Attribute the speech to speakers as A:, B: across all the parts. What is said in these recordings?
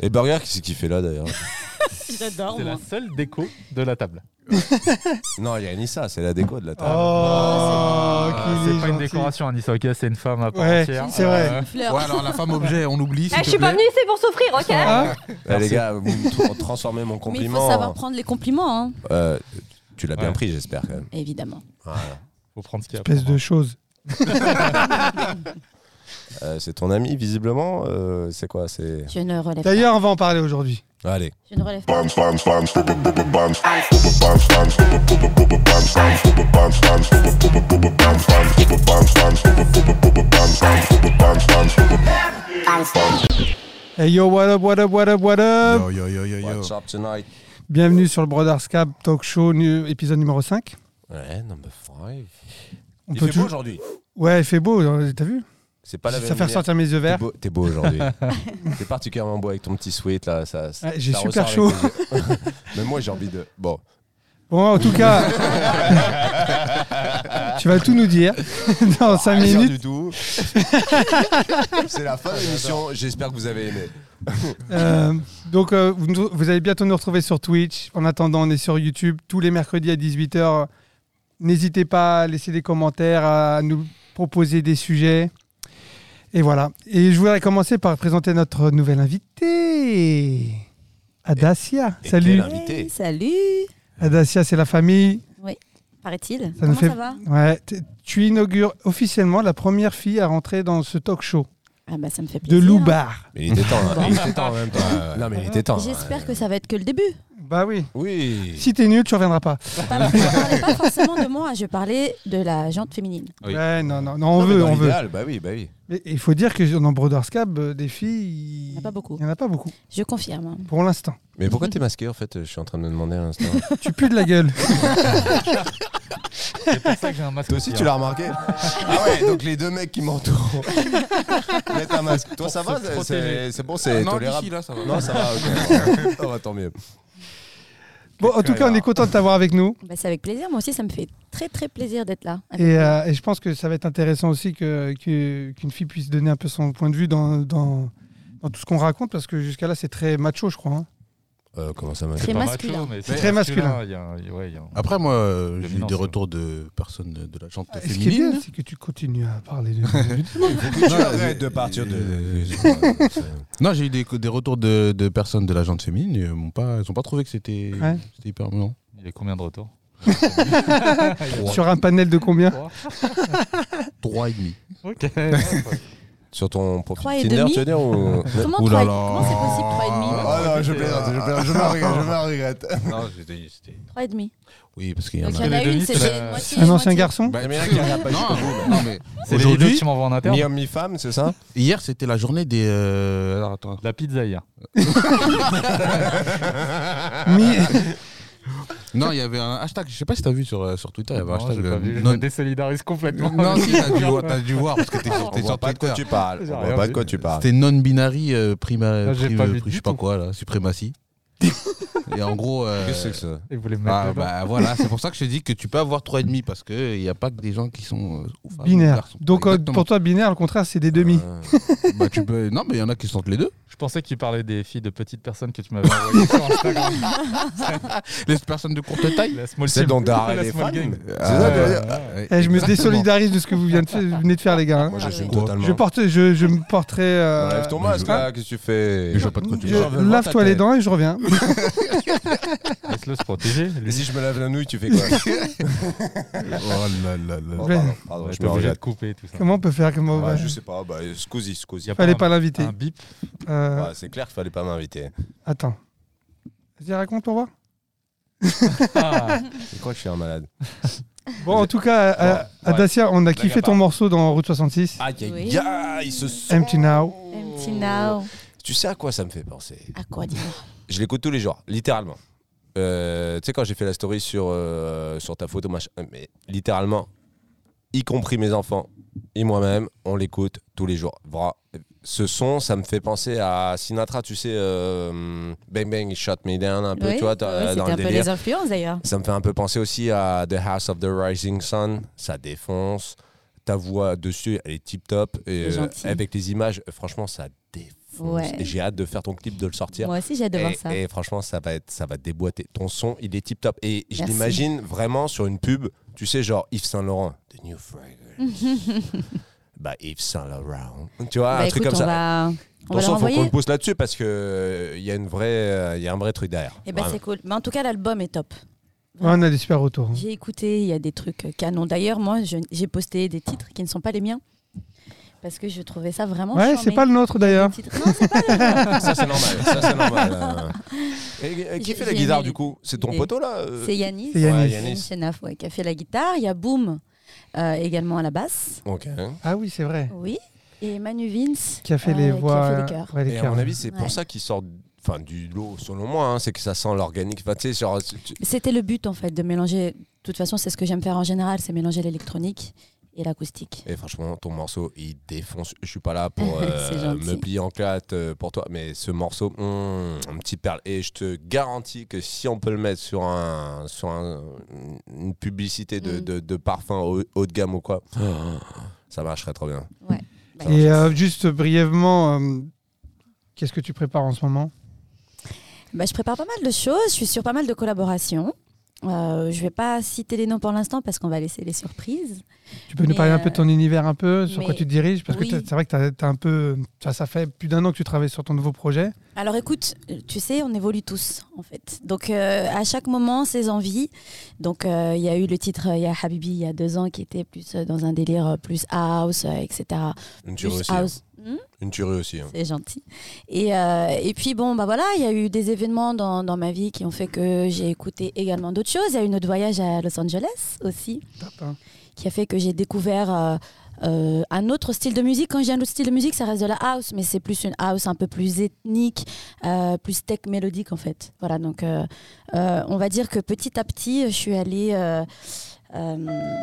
A: Et Burger, qu'est-ce qu'il fait là d'ailleurs
B: J'adore,
C: C'est
B: moi.
C: la seule déco de la table.
A: Non, il n'y a ni ça, c'est la déco de la table.
D: Oh,
C: Euh,
D: qu'il
C: c'est
D: est
C: pas une
D: gentil.
C: décoration, Anissa, ok, c'est une femme à part
D: Ouais,
C: entière.
D: c'est vrai.
C: Euh,
B: Fleur.
E: Ouais, alors la femme objet, on oublie. s'il
F: Eh,
E: te
F: je suis pas
E: plaît.
F: venue ici pour souffrir, ok
D: Hein
A: Eh, les gars, vous me tra- transformez mon
B: Mais il
A: compliment.
B: faut savoir
A: en-
B: prendre les compliments, hein.
A: Euh, tu l'as bien
C: Ouais.
A: pris, j'espère quand même.
B: évidemment.
A: Voilà.
C: Faut prendre ce qu'il y a.
D: Espèce de chose.
A: Euh, c'est ton ami, visiblement. euh, c'est quoi C'est.
B: Je ne relève pas.
D: D'ailleurs, on va en parler aujourd'hui.
A: Allez.
B: Je ne relève pas.
G: Bounce, bounce, bounce, bounce, bounce, bounce, bounce, bounce, bounce, bounce, bounce,
D: Hey yo, what up, what up, what up, what up
E: Yo, yo, yo, yo, yo.
A: What's up tonight
D: Bienvenue sur le Brothers Cab Talk Show, nu- épisode numéro 5.
A: Ouais, number 5.
D: On
A: Il
D: peut
A: fait beau
D: toujours-
A: aujourd'hui.
D: Ouais, il fait beau, euh, t'as vu
A: C'est pas la
D: Ça
A: même
D: fait
A: lumière.
D: ressortir mes yeux
A: T'es
D: verts.
A: beau, t'es beau aujourd'hui. t'es particulièrement beau avec ton petit sweat là. Ça, ça-
D: Ouais, j'ai
A: ça
D: super
A: ressort avec les yeux. Même moi j'ai envie de. Bon.
D: Bon, en tout cas, tu vas tout nous dire dans 5
A: rien
D: minutes.
A: du tout. C'est la fin de l'émission. J'espère que vous avez aimé.
D: Euh, donc, euh, vous, nous- vous allez bientôt nous retrouver sur Twitch. En attendant, on est sur YouTube tous les mercredis à 18h. N'hésitez pas à laisser des commentaires, à nous proposer des sujets. Et voilà. Et je voudrais commencer par présenter notre nouvelle invitée, Adacia.
A: Et
D: Salut.
A: quel invité.
B: Hey, salut
D: Adacia, c'est la famille.
B: Paraît-il.
D: Ça
B: Comment
D: nous fait-
B: ça va
D: Ouais, t- tu inaugures officiellement la première fille à rentrer dans ce talk show
B: Ah bah ça me fait
D: de
B: plaisir.
D: Loubar.
A: Mais il était temps. hein. Il était temps en même temps. Non mais il était temps.
B: J'espère que ça va être que le début.
D: Bah oui.
A: Oui.
D: Si t'es nul, tu reviendras pas.
B: Pas- je parlais pas forcément de moi, je parlais de la gente féminine.
C: Oui.
D: Ouais, non, non, non, on
A: Non, mais
D: veut,
A: dans
D: on veut.
A: l'idéal, Bah oui, bah oui.
D: Mais il faut dire que dans Brothers Cab, euh, des filles,
B: Il y en a pas beaucoup.
D: Il n'y en a pas beaucoup,
B: Je confirme. hein.
D: pour l'instant.
A: Mais pourquoi t'es masqué en fait euh, Je suis en train de me demander à l'instant.
D: tu pues de la gueule.
C: C'est pour ça que j'ai un masque.
A: Toi aussi tu l'as remarqué Ah ouais, donc les deux mecs qui m'entourent mettent un masque. Toi ça
C: Pour
A: va
C: se
A: c'est-
C: protéger.
A: C'est c'est bon, c'est
E: Non,
A: tolérable.
E: d'ici, là, ça va.
A: Non, ça va, ok. Oh, bah, tant mieux.
D: Bon, en tout cas, on est content de t'avoir avec nous.
B: Bah, c'est avec plaisir, moi aussi ça me fait très très plaisir d'être là.
D: Et, euh, et je pense que ça va être intéressant aussi que, que- qu'une fille puisse donner un peu son point de vue dans, dans, dans tout ce qu'on raconte, parce que jusqu'à là, c'est très macho, je crois. hein.
A: Euh, comment ça va
B: Très masculin.
C: C'est
D: Très masculin.
C: Il y a un- il- ouais, il y a un-
E: Après, moi, euh, j'ai eu
C: Dominance,
E: des
C: ouais.
E: retours de personnes de de la chante
D: Ah, et ce qui est
E: féminine.
D: bien, c'est que tu continues à parler de.
A: Tu arrêtes de partir de.
E: Non, j'ai eu des, des retours de, de personnes de la jante féminine. Ils n'ont pas, ils ont pas trouvé que c'était
D: Ouais.
E: c'était hyper mignon.
C: Il y a combien de retours
D: Sur un panel de combien
E: Trois et demi.
C: Ok.
A: Sur ton profil
B: Trois et
A: Tinder,
B: demi
A: tu veux dire ou...
B: Comment,
E: Ouh
B: trois
E: là
B: et-
E: là.
B: comment c'est possible 3,5
A: Oh non, je plaisante, je plaisante, je me regrette, je me regrette.
E: Non, c'était- c'était-
B: 3,5
E: Oui, parce qu'il y en
B: Donc il y
E: a.
B: en a
C: Les
B: une,
C: demi,
B: c'est
C: c'est
B: c'est
C: la-
B: moitié,
D: Un ancien
B: moitié.
D: garçon
A: Bah, mais il y en a qui regardent pas jusqu'au bout, là.
E: Non,
C: C'est les
E: mais euh,
C: vidéos que
E: Aujourd'hui,
C: tu m'envoies en interne
A: Mi-homme, mi-femme, c'est ça
E: hier, c'était la journée des. euh, alors, attends.
C: La pizza hier.
D: Mi-
E: Non, il y avait un hashtag, je sais pas si t'as vu sur, euh, sur Twitter, il y avait un
C: Non,
E: hashtag.
C: j'ai
E: euh,
C: pas vu, je
E: non,
C: me désolidarise complètement.
E: non, si, t'as dû, voir- t'as dû voir parce que t'es sur,
A: On
E: t'es sur
A: voit pas de
E: Twitter.
A: quoi tu parles.
C: J'ai
A: On
C: rien
A: voit pas de
C: vu.
A: quoi tu parles.
E: C'était non-binary, euh, prima-
C: Ah, j'ai
E: prime-
C: pas vu
E: je
C: du
E: sais pas
C: tout.
E: quoi, là, suprématie. Et en gros. euh,
A: Qu'est-ce que c'est que ça
C: Et vous les mettez
E: ah,
C: dedans.
E: bah voilà, c'est pour ça que je te dis que tu peux avoir 3,5 parce qu'il n'y a pas que des gens qui sont euh, ou femmes, ou
D: binaire.
E: garçons.
D: Donc, euh,
E: Exactement.
D: pour toi, binaire, le contraire, c'est des demi.
A: Euh,
E: Bah, tu peux... Non, mais il y en a qui sentent les deux.
C: Je pensais que tu parlais des filles de petites personnes que tu m'avais envoyées sur Instagram.
E: Les personnes de courte taille.
C: La small
A: C'est
C: team.
A: dans Dara
C: La
A: les femmes.
C: small gang.
A: C'est
E: Ah,
A: ça, tu veux dire
D: Eh, je me
E: Euh, Exactement.
D: désolidarise de ce que vous venez de faire, venez de faire, les gars. hein.
B: Ah,
A: Moi, j'assume
E: Quoi
A: totalement.
D: Je, porte, je, je me porterai. euh,
A: Enlève ton masque, là, qu'est-ce que tu fais
E: Je vois pas de quoi tu
D: je-
E: parles.
A: veux voir ta
D: Lave-toi les
A: tête.
D: dents et je reviens.
C: Laisse-le se protéger. Lui.
A: Et si je me lave la nouille, tu fais quoi
E: Oh là là là.
A: Oh, Pardon, pardon,
C: Ouais,
A: je
C: t'es
A: me
C: obligé
A: rejette.
C: de couper tout ça.
D: Comment on peut faire Comment on va-
A: Ouais, Je sais pas, bah, scusi, scusi.
C: Y a
D: Fallait
C: pas
D: pas l'inviter.
C: Un bip.
D: Euh,
A: Ouais, C'est clair qu'il fallait pas m'inviter.
D: Attends. Vas-y, raconte pour voir.
C: Ah,
A: Je crois que je suis un malade.
D: Bon, en tout cas, à- à-
A: Ouais.
D: Adacia, on a kiffé
A: Blague à
D: ton
A: part. Ah.
D: morceau dans Route 66.
A: Aïe, aïe,
B: Oui.
A: aïe, il se sent.
D: Empty Now.
B: Empty now.
A: Tu sais à quoi ça me fait penser
B: À quoi dis-moi
A: Je l'écoute tous les jours, littéralement. Euh, tu sais, quand j'ai fait la story sur, euh, sur ta photo, machin, mais littéralement, y compris mes enfants et moi-même, on l'écoute tous les jours. Vra- Ce son, ça me fait penser à Sinatra, tu sais, euh, Bang Bang, He Shot Me Down, un peu,
B: Oui,
A: tu vois,
B: ouais,
A: t'as-
B: C'était
A: dans le
B: un peu
A: délire.
B: les influences d'ailleurs.
A: Ça me fait un peu penser aussi à The House of the Rising Sun. Ça défonce. Ta voix dessus, elle est tip top. Et
B: C'est gentil.
A: avec les images, euh, franchement, ça défonce.
B: Ouais.
A: Et J'ai hâte de faire ton clip, de le sortir.
B: Moi aussi, j'ai hâte de
A: Et,
B: voir ça.
A: et franchement, ça va, être, ça va déboîter. Ton son, il est tip top. Et je
B: Merci.
A: l'imagine vraiment sur une pub, tu sais, genre Yves Saint Laurent, The New Fragrance. bah, Yves Saint Laurent. Tu vois,
B: Bah,
A: un
B: écoute,
A: truc comme
B: on
A: ça.
B: Va... On
A: Ton
B: va leur
A: son, faut qu'on
B: envoyer.
A: le pousse là-dessus parce qu'il y, a une vraie, euh, y a un vrai truc derrière.
B: Eh ben,
A: Vraiment.
B: c'est cool. Mais en tout cas, l'album est top.
D: Ouais, on a des super retours. hein.
B: J'ai écouté, il y a des trucs euh, canons. D'ailleurs, moi, je- j'ai posté des titres qui ne sont pas les miens. Parce que je trouvais ça vraiment
D: Ouais,
B: chambé.
D: c'est pas le nôtre
B: Des
D: d'ailleurs.
B: titres- Non, c'est pas le mien.
A: Ça, c'est normal. ça, c'est normal. euh. Et, et
B: J'ai-
A: qui fait la
B: j'ai
A: guitare
B: aimé
A: du coup C'est ton
B: l'idée.
A: poteau là euh
B: C'est Yanis.
D: C'est Yanis.
A: Ouais,
B: Yanis
A: Yanis.
B: Chenaf, ouais, qui a fait la guitare. Il y a Boom euh, également à la basse.
A: Ok.
D: Ah oui, c'est vrai.
B: Oui. Et Manu Vince.
D: Qui a fait
B: euh,
D: les
B: qui a
D: voix.
B: fait les chœurs.
D: ouais, les
A: Et à
D: chœurs.
A: mon avis, c'est
B: Ouais.
A: pour ça qu'il sort enfin, du lot, selon moi. hein, c'est que ça sent l'organique. Enfin, tu sais, genre, tu- tu-
B: C'était le but en fait de mélanger. De toute façon, c'est ce que j'aime faire en général, c'est mélanger l'électronique et l'acoustique.
A: Et franchement, ton morceau, il défonce. Je suis pas là pour euh,
B: C'est gentil.
A: me plier en quatre euh, pour toi, mais ce morceau, mm, un petit perle. Et je te garantis que si on peut le mettre sur, un, sur un- une publicité de,
B: Mm.
A: de- de parfum haut, haut de gamme ou quoi, ça marcherait trop bien.
B: Ouais.
A: Ça
B: Et,
D: Et
A: marcherait.
D: euh, juste brièvement, euh, qu'est-ce que tu prépares en ce moment
B: Bah, je prépare pas mal de choses, je suis sur pas mal de collaborations. Euh, je vais pas citer les noms pour l'instant parce qu'on va laisser les surprises.
D: Tu peux nous
B: Mais, euh,
D: parler un peu de ton univers, un peu, sur quoi
B: mais-
D: tu te diriges Parce
B: oui.
D: que t'as- c'est vrai que t'as- t'as un peu. Ça, ça fait plus d'un an que tu travailles sur ton nouveau projet.
B: Alors écoute, euh, tu sais, on évolue tous en fait. Donc euh, à chaque moment, ses envies. Donc euh, il y a eu le titre, euh, il y a Habibi il y a deux ans qui était plus euh, dans un délire euh, plus house, euh, etc.
A: Une tuerie
B: Plus
A: aussi. hein.
B: house. Hmm
A: Une tuerie aussi. hein.
B: C'est gentil. Et, euh, et puis bon, bah voilà, il y a eu des événements dans, dans ma vie qui ont fait que j'ai écouté également d'autres choses. Il y a eu notre voyage à Los Angeles aussi,
D: Top, hein.
B: qui a fait que j'ai découvert euh, euh, un autre style de musique. Quand j'ai un autre style de musique, ça reste de la house, mais c'est plus une house un peu plus ethnique, euh, plus tech mélodique en fait. Voilà, donc euh, euh, on va dire que petit à petit, je suis allée... euh, euh,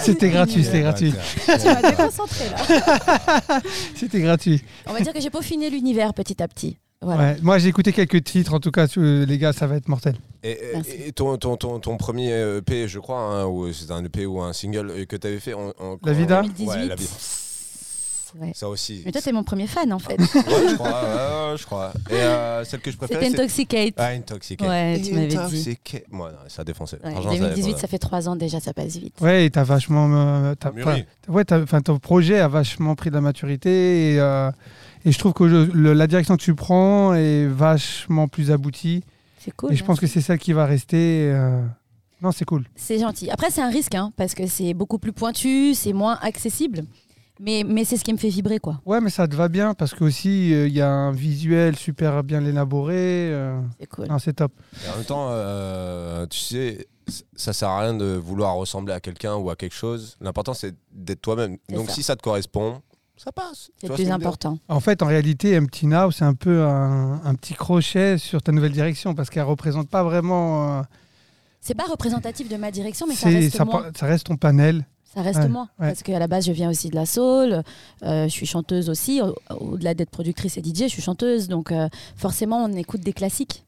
D: C'était gratuit, c'était gratuit.
B: tu m'as déconcentrée, là.
D: C'était gratuit.
B: On va dire que j'ai peaufiné l'univers petit à petit. Voilà.
D: Ouais. Moi, j'ai écouté quelques titres, en tout cas, tu- les gars, ça va être mortel.
A: Et,
B: Merci.
A: et ton, ton, ton, ton premier EP, je crois, hein, ou c'est un EP ou un single euh, que tu avais fait en, en-
D: La Vida
A: en-
B: 2018.
A: Ouais, la Vida.
B: Ouais.
A: Ça aussi.
B: Mais toi, t'es mon premier fan en fait.
A: Ouais, je crois. ouais, ouais, je crois. Et euh, celle que je préfère.
B: C'était Intoxicate.
A: Ah, Intoxicated.
B: Ouais, tu m'avais dit.
A: Intoxicated. Moi, non, ça a défoncé.
B: Ouais,
A: Franchement,
B: 2018, ça fait trois ans déjà, ça passe vite.
D: Ouais, et t'as vachement. euh, t'as-
A: Mûri.
D: t'as- ouais, t'as- 'fin, ton projet a vachement pris de la maturité et, euh, et je trouve que le- la direction que tu prends est vachement plus aboutie.
B: C'est cool. hein.
D: et je pense que c'est celle qui va rester. euh, Non, c'est cool.
B: c'est gentil. Après, c'est un risque hein, parce que c'est beaucoup plus pointu, c'est moins accessible. Mais, mais c'est ce qui me fait vibrer quoi.
D: Ouais, mais ça te va bien parce que aussi euh, il y a un visuel super bien élaboré. euh,
B: C'est cool.
D: Non, c'est top.
A: Et en même temps, euh, tu sais, c- ça sert à rien de vouloir ressembler à quelqu'un ou à quelque chose. L'important, c'est d'être toi-même.
B: C'est
A: Donc,
B: ça.
A: si ça te correspond, ça passe. Tu
B: C'est le
A: vois ce que
B: plus
A: je veux dire
B: important.
D: En fait, en réalité, Empty Now, c'est un peu un, un petit crochet sur ta nouvelle direction parce qu'elle représente pas vraiment. euh,
B: C'est pas représentatif de ma direction, mais ça
D: c'est-
B: reste
D: ça,
B: moi.
D: par- ça reste ton panel.
B: Ça reste
D: Ouais,
B: moi.
D: ouais.
B: Parce qu'à la base, je viens aussi de la soul. euh, je suis chanteuse aussi. Au- Au-delà d'être productrice et DJ, je suis chanteuse. Donc euh, forcément, on écoute des classiques.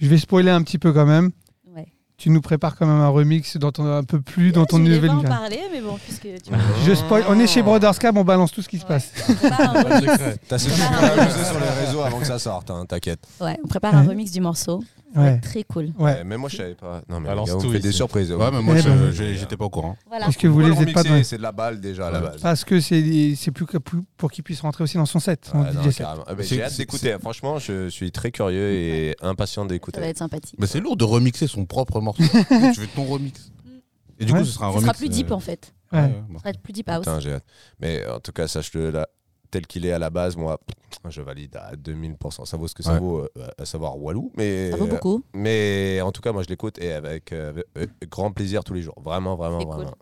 D: Je vais spoiler un petit peu quand même.
B: Ouais.
D: Tu nous prépares quand même un remix dans ton, un peu plus dans ton
B: je
D: nouvel
B: voulais pas en
D: univers.
B: parler, mais bon, puisque tu
D: Je spoil. On est chez Brothers Cab, on balance tout ce qui se
B: bah. Ouais.
D: passe.
B: On prépare un remix.
A: T'as ce
B: Ouais.
A: truc qu'on a posé sur les réseaux avant que ça sorte, hein, t'inquiète.
B: Ouais, on prépare un
D: Ouais.
B: remix du morceau.
D: Ouais.
B: Très cool.
D: Ouais.
A: Mais moi, je savais pas. Non, mais
C: Balance
A: les gars, on
C: tout
A: fait des
C: ici.
A: surprises.
E: Ouais, mais moi,
D: Eh
E: je-
D: ben.
E: je- j'étais pas au courant.
B: Voilà.
D: Parce que vous voulez, vous êtes pas
A: remixer,
D: dans-
A: C'est de la balle déjà à la base.
D: Parce que c'est c'est plus que pour- pour qu'il puisse rentrer aussi dans son set, en
A: Ouais, non,
D: DJ set.
A: carrément. Ah, mais
E: C'est-
A: J'ai hâte
E: c'est-
A: d'écouter. Franchement, je suis très curieux et impatient
B: Ça va
A: d'écouter.
B: être sympathique.
E: Mais c'est lourd de remixer son propre morceau. tu veux ton remix. Et du
D: Ouais.
E: coup, ce sera un
B: Ce
E: remix.
B: sera plus deep
E: euh,
B: en fait.
E: ouais,
D: Ouais.
E: ouais, bon.
B: Ce sera plus deep house.
A: Putain, j'ai hâte. Mais en tout cas, sache-le là, tel qu'il est à la base, moi, je valide à 2000%. Ça vaut ce que ça
E: Ouais.
A: vaut, euh, à savoir Walou. Mais,
B: Ça
E: euh,
B: vaut beaucoup.
A: mais en tout cas, moi, je l'écoute et avec euh, euh, grand plaisir tous les jours. Vraiment, vraiment,
B: C'est
A: vraiment.
B: cool.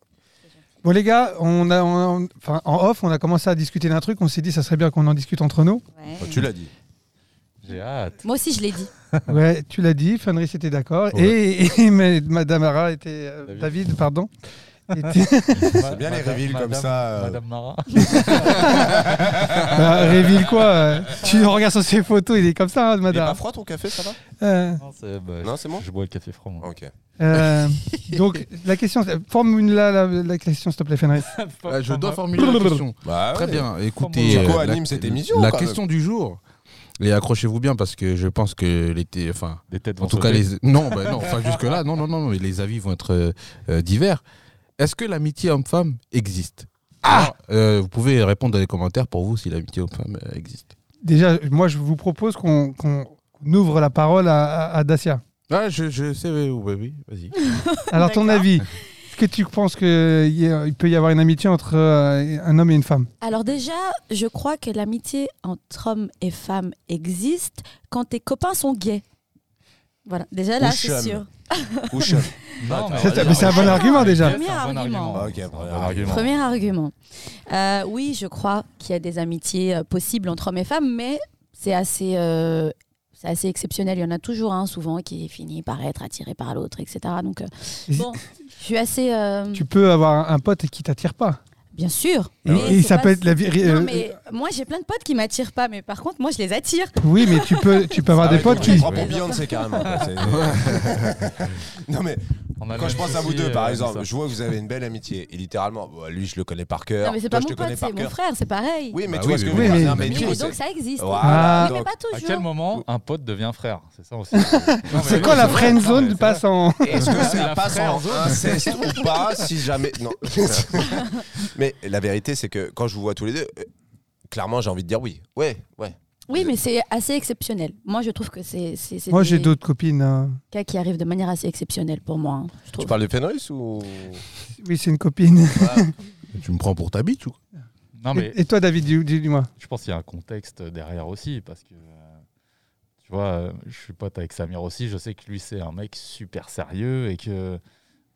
D: Bon les gars, on a, on- on- enfin, en off, on a commencé à discuter d'un truc. On s'est dit, ça serait bien qu'on en discute entre nous.
A: Oh, tu l'as dit.
C: J'ai hâte.
B: Moi aussi, je l'ai dit.
D: Ouais, tu l'as dit. Funry était d'accord
A: Ouais.
D: et, et ma- Madame Ara était euh,
C: David.
D: David, pardon, Était-
C: C'est
F: bien les reveals comme ça, euh.
C: Madame Mara.
D: Bah, révèle quoi euh, Tu regardes sur ses photos, il est comme ça, hein,
A: Il est pas
D: madame.
A: froid ton café, ça va
D: Euh,
C: Non, c'est bah,
A: Non, c'est bon
C: je- Je bois le café franc. moi.
A: Ok.
D: euh, donc, la question, formule la, la, la question, s'il te plaît, Fenris.
E: Ah, je dois formuler une question.
A: Bah,
E: Très
A: ouais.
E: bien.
A: Tu
E: Écoutez, euh,
A: co-animes cette émission,
E: La
A: quand
E: question du jour. Et accrochez-vous bien parce que je pense que l'été, enfin,
C: Des têtes
E: en
C: vont
E: tout cas
C: sauter.
E: les, non, bah, non, enfin jusque là, non, non, non, mais les avis vont être euh, euh, divers. Est-ce que l'amitié homme-femme existe Ah, Euh, vous pouvez répondre dans les commentaires pour vous si l'amitié homme-femme euh, existe.
D: Déjà, moi, je vous propose qu'on qu'on- qu'on ouvre la parole à, à- à Dacia.
E: Ah, je, je sais, oui, oui, oui, vas-y.
D: Alors, ton
B: D'accord.
D: avis, est-ce que tu penses qu'il peut y avoir une amitié entre euh, un homme et une femme
B: Alors déjà, je crois que l'amitié entre hommes et femmes existe quand tes copains sont gays. Voilà, déjà là,
A: Ou
B: c'est
A: chum.
B: sûr.
A: Ou chum.
C: Non,
A: Ah,
D: C'est-
A: ouais,
D: mais c'est un bon
B: Attends,
D: argument déjà.
B: Premier
C: C'est un bon
B: argument.
C: argument.
A: Ok,
C: C'est un
A: premier
C: bon
A: argument.
B: Premier argument. Euh, oui, je crois qu'il y a des amitiés euh, possibles entre hommes et femmes, mais c'est assez, euh, c'est assez exceptionnel. Il y en a toujours un, souvent, qui finit par être attiré par l'autre, etc. Donc, euh,
D: Et-
B: bon, je suis assez. euh,
D: Tu peux avoir un, un pote qui t'attire pas.
B: Bien sûr.
D: Et,
B: mais
D: et
B: c'est
D: ça
B: pas-
D: peut être la vie. euh,
B: Non, mais moi, j'ai plein de potes qui m'attirent pas, mais par contre, moi, je les attire.
D: Oui, mais tu peux, tu peux avoir
A: Ah ouais,
D: des potes
A: donc,
D: qui.
A: je prends pour Beyoncé, carrément. quoi. C'est- non, mais
C: On a le
A: quand je
C: même
A: pense à vous
C: souci,
A: deux, par
C: euh,
A: exemple,
C: ça.
A: je vois que vous avez une belle amitié. Et littéralement, bah, lui, je le connais par cœur.
B: Non, mais c'est
A: Toi, je
B: pas mon
A: te
B: pote,
A: connais
B: c'est
A: par
B: mon
A: cœur.
B: frère, c'est pareil.
A: Oui, mais
E: Bah
A: tu vois
E: oui,
A: ce que
E: oui,
A: je veux
D: mais-
A: dire. hein,
D: mais
A: Mais
B: Oui,
A: tu
B: mais
A: sais-
B: donc ça existe.
A: Voilà,
D: Ah.
B: Oui, mais
A: donc-
B: pas toujours.
C: À quel moment un pote devient frère C'est ça aussi.
D: C'est quoi la friend zone passe en.
A: Est-ce que
C: C'est
A: ça
C: la
A: passe
C: frère
A: en
C: zone.
A: inceste ou pas Si jamais. Non. mais la vérité, c'est que quand je vous vois tous les deux, euh, clairement, j'ai envie de dire oui. Ouais, ouais.
B: Oui, mais c'est assez exceptionnel. Moi, je trouve que c'est c'est c'est
D: Moi, j'ai
B: des
D: d'autres copines. hein.
B: cas qui arrivent de manière assez exceptionnelle pour moi. hein, je trouve.
A: Tu parles de Fenris ou.
D: Oui, c'est une copine.
E: Tu me prends pour ta bite ou quoi
C: Non, mais
D: Et, et toi, David, dis- dis- dis-moi.
C: je pense qu'il y a un contexte derrière aussi parce que euh, tu vois, euh, je suis pote avec Samir aussi. Je sais que lui c'est un mec super sérieux et que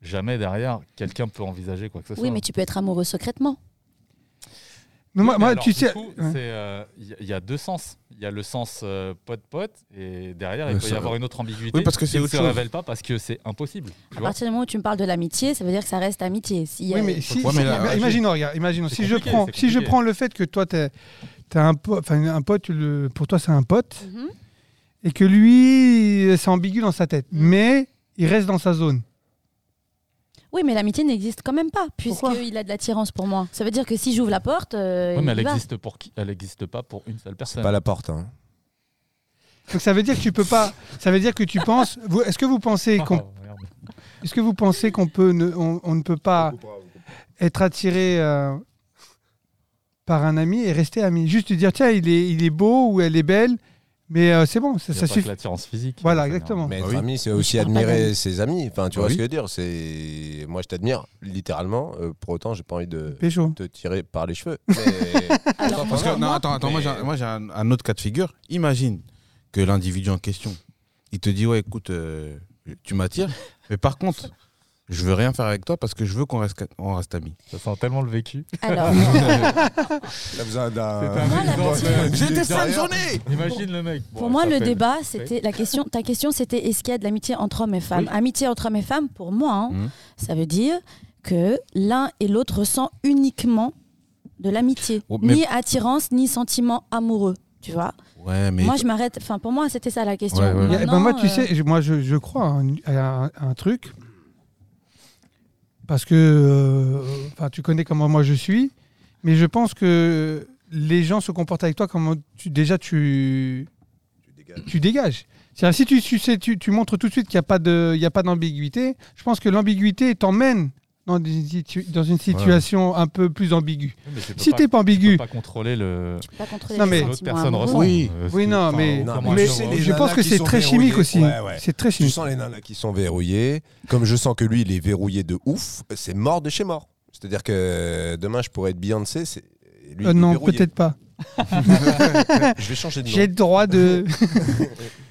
C: jamais derrière quelqu'un peut envisager quoi que ce soit.
B: Oui, mais tu peux être amoureux secrètement.
D: Mais moi,
C: Oui, mais
D: moi,
C: alors,
D: tu
C: du
D: sais.
C: coup,
D: Ouais.
C: c'est, euh, Il y, a- il y a deux sens. Il y a le sens euh, pote-pote et derrière il
E: Mais
C: peut y
E: Euh, ça-
C: avoir une autre ambiguïté.
E: Oui, parce que c'est
C: qui ne
E: autre
C: se
E: chose.
C: révèle pas parce que c'est impossible. tu
B: À
C: vois.
B: partir du moment où tu me parles de l'amitié, ça veut dire que ça reste amitié. S'il y a-
D: Oui, mais si,
E: Ouais,
D: si-
E: mais là,
D: bah,
E: ouais,
D: imaginons, regarde, imaginons,
C: C'est
D: si je
C: compliqué,
D: prends,
C: c'est
D: si je
C: compliqué.
D: prends le fait que toi, t'es, t'as un pote, enfin un pote, tu le- pour toi, c'est un pote,
B: Mhm.
D: et que lui, euh, c'est ambigu dans sa tête,
C: Mhm.
D: mais il reste dans sa zone.
B: Oui, mais l'amitié n'existe quand même pas,
D: Pourquoi
B: puisqu'il a de l'attirance pour moi. Ça veut dire que si j'ouvre la porte, euh,
C: Oui, mais
B: il
C: elle
B: y va.
C: existe pour qui Elle n'existe pas pour une seule personne.
A: la porte. hein.
D: Donc ça veut dire que tu peux pas. Ça veut dire que tu penses. vous- Est-ce que vous pensez
C: Ah,
D: qu'on,
C: merde.
D: est-ce que vous pensez qu'on peut, ne, on, on ne peut pas être attiré euh, par un ami et rester ami Juste te dire tiens, il est, il est beau ou elle est belle, mais euh, c'est bon, ça,
C: Il y a
D: ça
C: pas que
D: suffit.
C: L'attirance physique.
D: Voilà,
C: Ça, c'est
D: exactement.
A: Mais
E: Bah
A: être
E: oui.
A: ami, c'est aussi
B: parle pas
A: admirer
B: d'amis.
A: ses amis. Enfin, tu
E: Bah
A: vois
E: oui.
A: ce que je veux dire. C'est moi, je t'admire littéralement. Euh, pour autant, j'ai pas envie de
D: Pécho.
A: te tirer par les cheveux. Mais-
B: Alors,
E: Parce que,
B: moi,
E: non, attends, attends, moi
A: Mais-
E: j'ai un- moi, j'ai un, un autre cas de figure. Imagine que l'individu en question, il te dit Ouais, écoute, euh, tu m'attires, mais par contre, je veux rien faire avec toi parce que je veux qu'on reste, on reste amis.
C: Ça sent tellement le vécu.
B: alors,
A: T'as besoin
C: C'est
A: d'un.
C: un
B: Moi, Ah, la
C: exemple.
E: J'étais sale journée
C: Imagine le mec.
B: pour
C: Bon,
B: moi,
C: ça
B: le
C: fait-
B: débat, c'était la question. Ta question, c'était est-ce qu'il y a de l'amitié entre hommes et femmes Amitié entre hommes et femmes, pour moi, hein,
E: Mhm.
B: ça veut dire que l'un et l'autre ressent uniquement de l'amitié,
E: Oh, mais-
B: ni attirance, ni sentiment amoureux. Tu vois
E: Ouais, mais.
B: Moi, je m'arrête. Enfin, pour moi, c'était ça la question.
E: Ouais, ouais.
D: Il y a- ben
B: Maintenant,
D: moi, tu
B: euh,
D: sais, je- moi, je, je crois à un- à un, à un truc. Parce que euh, enfin, tu connais comment moi je suis. Mais je pense que les gens se comportent avec toi comme tu, déjà tu, tu dégages. C'est-à-dire, si tu, tu, sais, tu, tu montres tout de suite qu'il n'y a pas de- il y a pas d'ambiguïté, je pense que l'ambiguïté t'emmène dans, des situ- dans une situation un peu plus ambiguë.
C: Oui, mais tu peux
D: Si
C: pas- tu
D: t'es pas
C: peux
D: ambigu,
C: pas contrôler le.
B: je peux pas contrôler
D: Non,
B: les
D: mais-
B: sentiments
C: L'autre personne
B: amoureux.
C: ressent.
E: Oui.
C: Euh,
D: Oui,
C: c'est-
D: non,
C: enfin,
D: mais-
C: aucun
A: Non,
C: moyen
D: mais-
C: de le
A: tu sais,
C: voir.
A: les
D: je
A: nanas
D: pense que
A: qui
D: c'est
A: sont
D: très
A: verrouillées.
D: chimique aussi.
A: Ouais, ouais.
D: C'est très
A: Tu
D: chimique.
A: sens les nanas qui sont verrouillées. Comme je sens que lui, il est verrouillé de ouf, c'est mort de chez mort. C'est-à-dire que demain, je pourrais être Beyoncé. c'est- et lui,
D: Euh,
A: il est
D: non,
A: verrouillé.
D: peut-être pas.
A: Je vais changer de nom.
D: J'ai le droit de.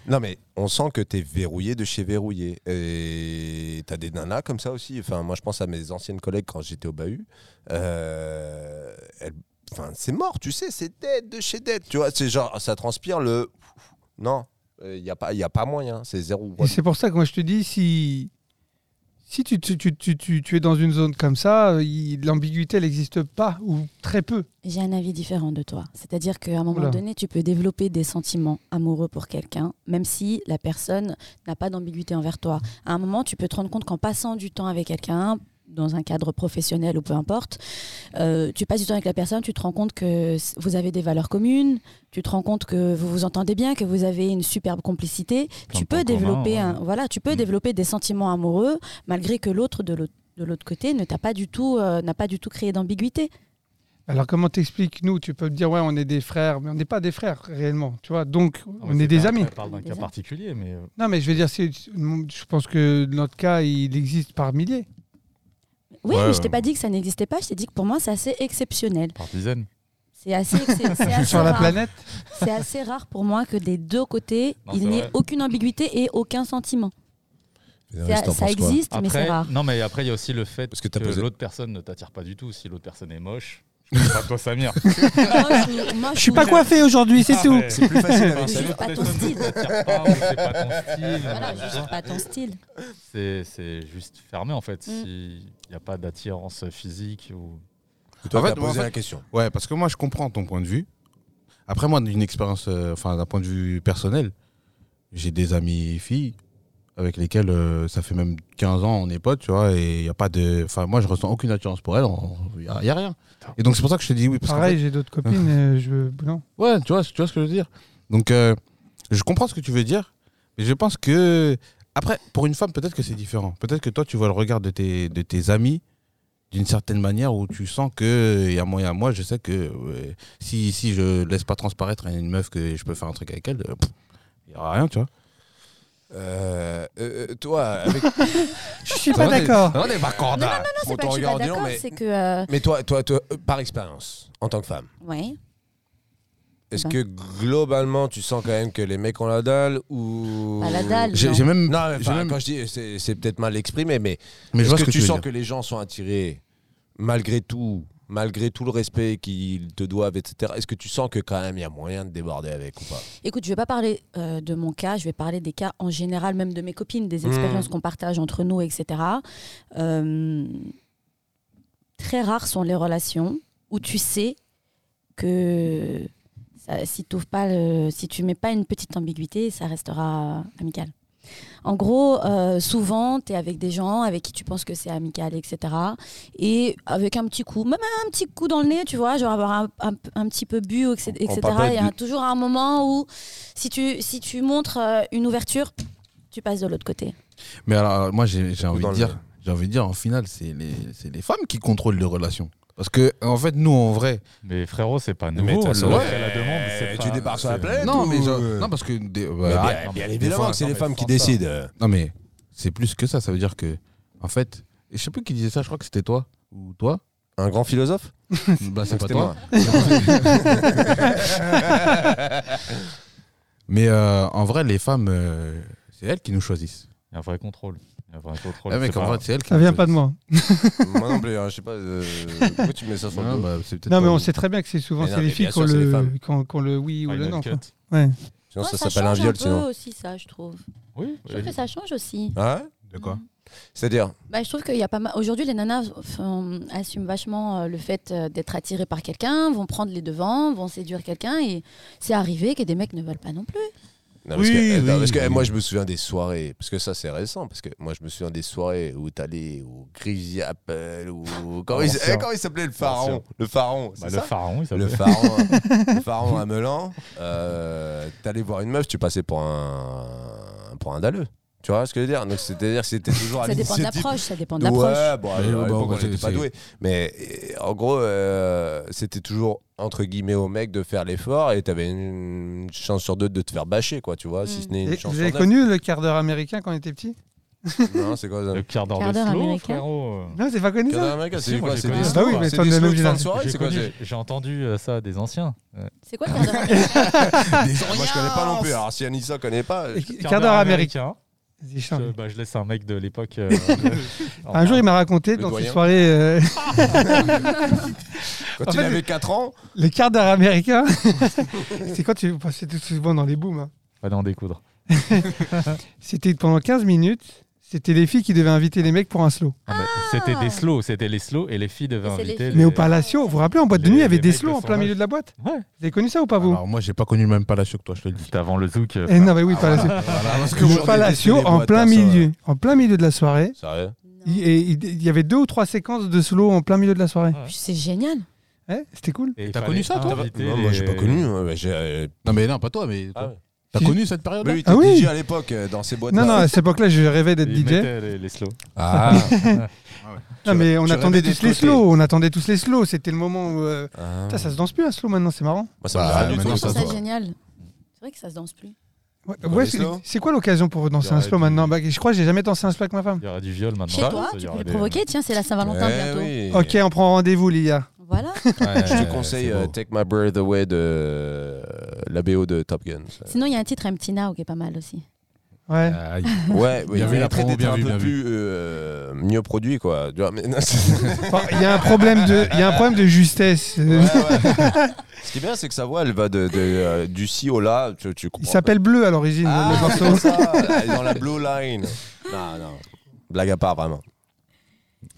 A: Non, mais on sent que t'es verrouillé de chez verrouillé. Et t'as des nanas comme ça aussi. Enfin, moi, je pense à mes anciennes collègues quand j'étais au Bahut. Euh, elles- Enfin, c'est mort, tu sais, c'est dead de chez dead. Tu vois, c'est genre, ça transpire le. Non, il n'y a, pas- y a pas moyen, c'est zéro.
D: Et c'est pour ça que moi je te dis, si, si tu, tu, tu, tu, tu- tu es dans une zone comme ça, euh, il- l'ambiguïté, elle n'existe pas, ou très peu.
B: J'ai un avis différent de toi. C'est-à-dire qu'à un moment
D: Oula.
B: donné, tu peux développer des sentiments amoureux pour quelqu'un, même si la personne n'a pas d'ambiguïté envers toi. À un moment, tu peux te rendre compte qu'en passant du temps avec quelqu'un, dans un cadre professionnel ou peu importe, euh, tu passes du temps avec la personne, tu te rends compte que s- vous avez des valeurs communes, tu te rends compte que vous vous entendez bien, que vous avez une superbe complicité.
C: Plein
B: tu
C: de points
B: peux développer
C: communs, ouais.
B: un, voilà, tu peux
C: Mm.
B: développer des sentiments amoureux malgré que l'autre de l'autre de l'autre côté ne t'a pas du tout euh, n'a pas du tout créé d'ambiguïté.
D: Alors comment t'expliques nous Tu peux me dire ouais on est des frères, mais on n'est pas des frères réellement, tu vois. Donc
C: Non, mais
D: on
C: c'est
D: est des
C: pas-
D: amis.
C: On parle d'un
B: Des
C: cas
B: amis.
C: particulier, mais euh,
D: Non mais je veux dire, c'est- je pense que notre cas il existe par milliers.
B: Oui,
E: Ouais,
B: mais je t'ai
E: ouais.
B: pas dit que ça n'existait pas. Je t'ai dit que pour moi, c'est assez exceptionnel.
C: par dizaines.
B: C'est assez, ex- c'est assez
D: Sur la
B: rare.
D: planète,
B: C'est assez rare pour moi que des deux côtés,
C: Non,
B: il
C: c'est
B: n'y ait
C: vrai.
B: aucune ambiguïté et aucun sentiment. C'est-
A: Reste, t'en
B: ça
A: penses quoi
B: existe, mais c'est
C: Après,
B: rare.
C: non, mais après, il y a aussi le fait
A: Parce que
C: que,
A: t'as posé-
C: l'autre personne ne t'attire pas du tout. Si l'autre personne est moche, je pense pas toi, Samir.
B: Moi, je, moi,
D: je suis pas
B: trouve-
D: coiffé aujourd'hui, c'est
C: Ah,
D: tout.
C: mais-
A: C'est plus facile avec
B: Je
A: ça.
B: juge
C: L'autre
B: pas ton
C: personne ne
B: style.
C: t'attire pas ou c'est pas ton style.
B: Voilà, je juge pas ton style.
C: C'est- C'est juste fermé en fait.
B: Mm.
C: S'il n'y a pas d'attirance physique ou.
A: Toi,
E: En fait,
A: t'as
E: moi, en
A: posé
E: fait-
A: la question.
E: Ouais, parce que moi, je comprends ton point de vue. Après, moi, d'une expérience, euh, enfin, d'un point de vue personnel, j'ai des amis filles avec lesquelles euh, ça fait même 15 ans, on est potes, tu vois, et il y a pas de. Enfin, moi, je ressens aucune attirance pour elles, il n'y a, y a rien. Et donc, c'est pour ça que je te dis oui. Parce qu'en
D: Pareil, j'ai d'autres copines,
A: Ah.
D: euh, je non.
E: fait- ouais, tu vois, tu vois ce que je veux dire. Donc, euh, je comprends ce que tu veux dire, mais je pense que. Après, pour une femme, peut-être que c'est différent. Peut-être que toi, tu vois le regard de tes, de tes amis d'une certaine manière où tu sens que il y a moyen. Moi, je sais que ouais, si, si je laisse pas transparaître à une meuf que je peux faire un truc avec elle, il n'y aura rien, tu vois.
A: Euh, euh, euh, toi, avec
D: Je suis pas d'accord.
E: Non, on est pas
B: Non, non, non, non,
A: Bon, ton
B: c'est pas que je suis
A: regard
B: pas
A: ambiant,
B: d'accord,
A: mais-
B: c'est que. euh,
A: Mais toi, toi, toi, euh, par expérience, en tant que femme,
B: ouais.
A: est-ce
B: Ben.
A: que globalement tu sens quand même que les mecs ont la dalle ou
B: Pas Bah, la dalle.
E: J'ai
B: non.
E: j'ai même.
A: Non, mais
E: j'ai
A: enfin,
E: même-
A: quand je dis, c'est c'est peut-être mal exprimé, mais,
E: Mais je
A: est-ce
E: vois
A: que,
E: ce que
A: tu,
E: veux
A: sens
E: dire.
A: que les gens sont attirés malgré tout, malgré tout le respect qu'ils te doivent, etc. Est-ce que tu sens que quand même il y a moyen de déborder avec ou pas
B: Écoute, je vais pas parler euh, de mon cas, je vais parler des cas en général, même de mes copines, des
A: Mm.
B: expériences qu'on partage entre nous, etc. Euh, très rares sont les relations où tu sais que ça- si, t'ouvres pas le- si tu mets pas une petite ambiguïté, ça restera amical. En gros, euh, souvent, tu es avec des gens avec qui tu penses que c'est amical, etc. Et avec un petit coup, même un petit coup dans le nez, tu vois, genre avoir un, un- un petit peu bu, etc.
A: On- on
B: etc.
A: parle pas
B: Il y a
A: du-
B: un- toujours un moment où, si tu, si tu montres euh, une ouverture, tu passes de l'autre côté.
E: Mais alors, moi, j'ai j'ai envie
A: dans
E: de
A: le
E: dire,
A: nez.
E: j'ai envie de dire, en final, c'est les, c'est les femmes qui contrôlent les relations. Parce que, en fait, nous, en vrai.
C: Mais frérot, c'est pas nouveau.
A: Mais de toute façon,
C: le-
A: ouais.
C: la demande, c'est
A: Tu
C: pas-
A: débarques sur la
C: c'est-
A: planète
E: Non,
A: ou-
E: mais. genre- non, parce que. des- bah,
A: Mais bien-
E: arrête.
A: bien,
C: non, mais des
A: évidemment
C: fois,
A: que c'est
C: non,
A: les
C: mais
A: femmes qui
C: sans ça.
A: décident. euh.
E: Non, mais c'est plus que ça. Ça veut dire que, en fait, je sais plus qui disait ça, je crois que c'était toi ou toi.
A: Un grand philosophe
E: bah, c'est
A: C'était
E: pas toi.
A: moi.
E: Mais euh, en vrai, les femmes, euh, c'est elles qui nous choisissent.
C: Il y a un vrai contrôle. Il y a un vrai contrôle.
E: Ah, mec,
C: Oh, c'est
E: en
C: pas-
E: vrai, c'est elles qui
D: Ça
E: nous
D: vient pas de
E: choisissent.
D: moi.
A: Moi non plus, hein, je sais pas. euh, pourquoi tu mets ça sur le
E: Ah,
A: dos
E: bah, c'est peut-être
D: Non mais
E: pas
D: on
E: vous.
D: sait très bien que c'est souvent
A: Mais non,
D: c'est les
A: mais
D: filles
A: bien
D: qu'on
A: sûr, c'est les
D: le,
A: femmes. Ah,
D: qu'on- qu'on le oui ou le
C: Final
D: non.
C: cut.
D: quoi. Ouais.
A: Sinon, ça,
B: Ouais,
A: s'appelle un
B: change
A: viol,
B: peu
A: sinon.
B: aussi, ça, je trouve.
C: Oui, bah,
B: Je trouve que ça change aussi.
A: Hein
E: De quoi
A: C'est-à-dire
B: Bah, je trouve qu'il y a pas mal. Aujourd'hui, les nanas font- assument vachement euh, le fait euh, d'être attirées par quelqu'un, vont prendre les devants, vont séduire quelqu'un, et c'est arrivé que des mecs ne veulent pas non plus.
A: Non, parce
E: Oui,
A: que, attends,
E: oui,
A: parce que,
E: oui.
A: eh, moi je me souviens des soirées, parce que ça c'est récent, parce que moi je me souviens des soirées où t'allais au Grizzly Apple ou comment, il, s-
C: Ancien.
A: eh, comment il s'appelait le pharaon,
C: Ancien.
A: le pharaon, c'est
C: Bah, le
A: ça
C: pharaon, il
A: le
C: s'appelle.
A: pharaon, hein. le pharaon à Melan. Euh, t'allais voir une meuf, tu passais pour un pour un dalleux. Tu vois ce que je veux dire Donc c'est-à-dire que c'était toujours à
B: Ça dépend de
A: l'initiative
B: l'approche, ça dépend de l'approche.
A: Ouais, bon,
E: Mais,
A: à
E: bah,
A: l'époque,
E: bah,
A: on était
E: c'est-
A: pas
E: c'est-
A: doués. Mais euh, en gros, euh, c'était toujours entre guillemets au mec de faire l'effort et t'avais une chance sur deux de te faire bâcher, quoi, tu vois, si
B: Mm.
A: ce n'est une
D: Et
A: chance
D: Vous
A: sur
D: avez
A: neuf.
D: connu le quart d'heure américain quand on était petit
A: Non, c'est quoi ça
C: Le quart d'heure
B: Quart
C: de
B: d'heure
C: slow,
B: américain.
C: frérot.
D: Non, c'est pas connu
A: Canard
D: ça.
A: américain,
C: Si,
A: c'est
C: moi,
A: quoi
C: j'ai
A: C'est
C: connu.
A: des
C: Ah bah
D: oui,
A: slows,
D: mais
A: c'est
D: t'en
A: des
D: es
A: slows
D: même
A: de fin de
D: génération.
A: soirée,
C: J'ai
A: c'est quoi
C: connu-
A: c'est-
C: j'ai entendu euh, ça des anciens. Euh,
B: C'est quoi le quart d'heure
A: Moi, je connais pas non plus. Alors, si Anissa connaît pas,
D: Et- Quart d'heure américain. C'est chiant.
C: Je, bah, je laisse un mec de l'époque. euh,
D: Un jour, il m'a raconté dans ses
A: doyen.
D: soirées euh,
A: quand
D: En
A: il
D: fait,
A: avait 4 ans,
D: le quart d'heure américain. c'est quand tu bah, passais tout souvent dans les booms. hein.
C: Pas d'en découdre.
D: C'était pendant 15 minutes. C'était les filles qui devaient inviter les mecs pour un slow.
C: Ah, mais C'était des slows, c'était les slows et les filles devaient
F: Et c'est les
C: inviter.
F: filles.
C: les-
D: Mais au Palacio, vous vous rappelez, en boîte de
C: Les-
D: nuit, il y avait
C: les
D: des
C: mecs
D: slows
C: de
D: en plein
C: son
D: milieu
C: âge.
D: de la boîte.
C: Ouais.
D: Vous avez connu ça ou pas, vous
E: Alors, moi, j'ai pas connu le même palacio que toi, je te le dis.
C: C'était avant le zouk. euh,
D: Eh non, mais oui, Palacio.
E: Voilà, parce que
D: Le
E: aujourd'hui,
D: Palacio,
E: les
D: en
E: boîtes,
D: plein
E: personne-
D: milieu, en plein milieu de la soirée.
A: Sérieux
D: Il et il- il y avait deux ou trois séquences de slow en plein milieu de la soirée.
C: Ouais.
B: C'est génial.
D: Ouais, C'était cool.
C: et il
E: T'as
C: fallait
E: connu ça, toi
C: inviter
A: Non, moi j'ai pas
C: les-
A: connu. hein, mais j'ai, euh,
E: Non, mais non, pas toi, mais.
A: Ah ouais.
E: T'as
D: Si-
E: connu cette période
A: Mais oui,
D: Ah
A: t'es
D: oui.
A: DJ à l'époque euh, dans ces boîtes.
D: Non, non, à cette époque-là, je rêvais d'être
C: ils
D: DJ.
C: mettaient euh, les, les slows.
A: Ah,
D: Non,
A: Tu
D: mais
A: rêvais-
D: on
A: tu
D: attendait
A: rêvais
D: tous
A: d'être
D: les
A: côté.
D: slows. On attendait tous les slows. C'était le moment où. euh,
A: ah.
D: Putain, ça se danse plus un slow maintenant, c'est marrant.
A: Moi, Ah, ça
E: Bah,
A: me dit rien du
E: maintenant,
A: tout.
E: Non,
B: je
E: ça
B: trouve
E: se
B: ça
E: voit.
B: génial. C'est vrai que ça se danse plus.
D: Ouais,
A: Dans
D: ouais,
A: les
D: c'est-
A: slows
D: c'est quoi l'occasion pour danser un
C: Ouais,
D: slow
C: tu-
D: maintenant Bah, Je crois que j'ai jamais dansé un slow avec ma femme.
C: Il y aura du viol
A: Ah,
C: maintenant.
A: bah,
B: Chez toi, tu peux les provoquer. Tiens, c'est la Saint-Valentin
A: Eh
B: bientôt.
A: oui.
D: Ok, on prend rendez-vous, Lia.
B: Voilà.
A: Ouais, je
E: c'est
A: te conseille
E: beau.
A: euh, Take My Breath Away de euh, la BO de Top Gun. ça.
B: Sinon, il y a un titre MT Now qui est pas mal aussi.
D: Ouais.
E: Aïe.
A: Ouais,
E: Bien vu,
A: il
E: la
A: a très
E: promo,
A: d'être
E: bien
A: un
E: vu, bien
A: peu
E: vu.
A: plus euh, mieux produit quoi. Tu vois, mais non, c'est-
D: Enfin, Il y a un problème de, il y a un problème de justesse.
A: Ouais,
D: Euh,
A: ouais. Ce qui est bien, c'est que sa voix, elle va de, de, euh, du si au là. Tu, tu
D: Il
A: comprends.
D: s'appelle Bleu à l'origine.
A: Ah,
D: le
A: c'est
D: morceau.
A: pour ça, elle est dans la blue line. Non, non. Blague à part, vraiment.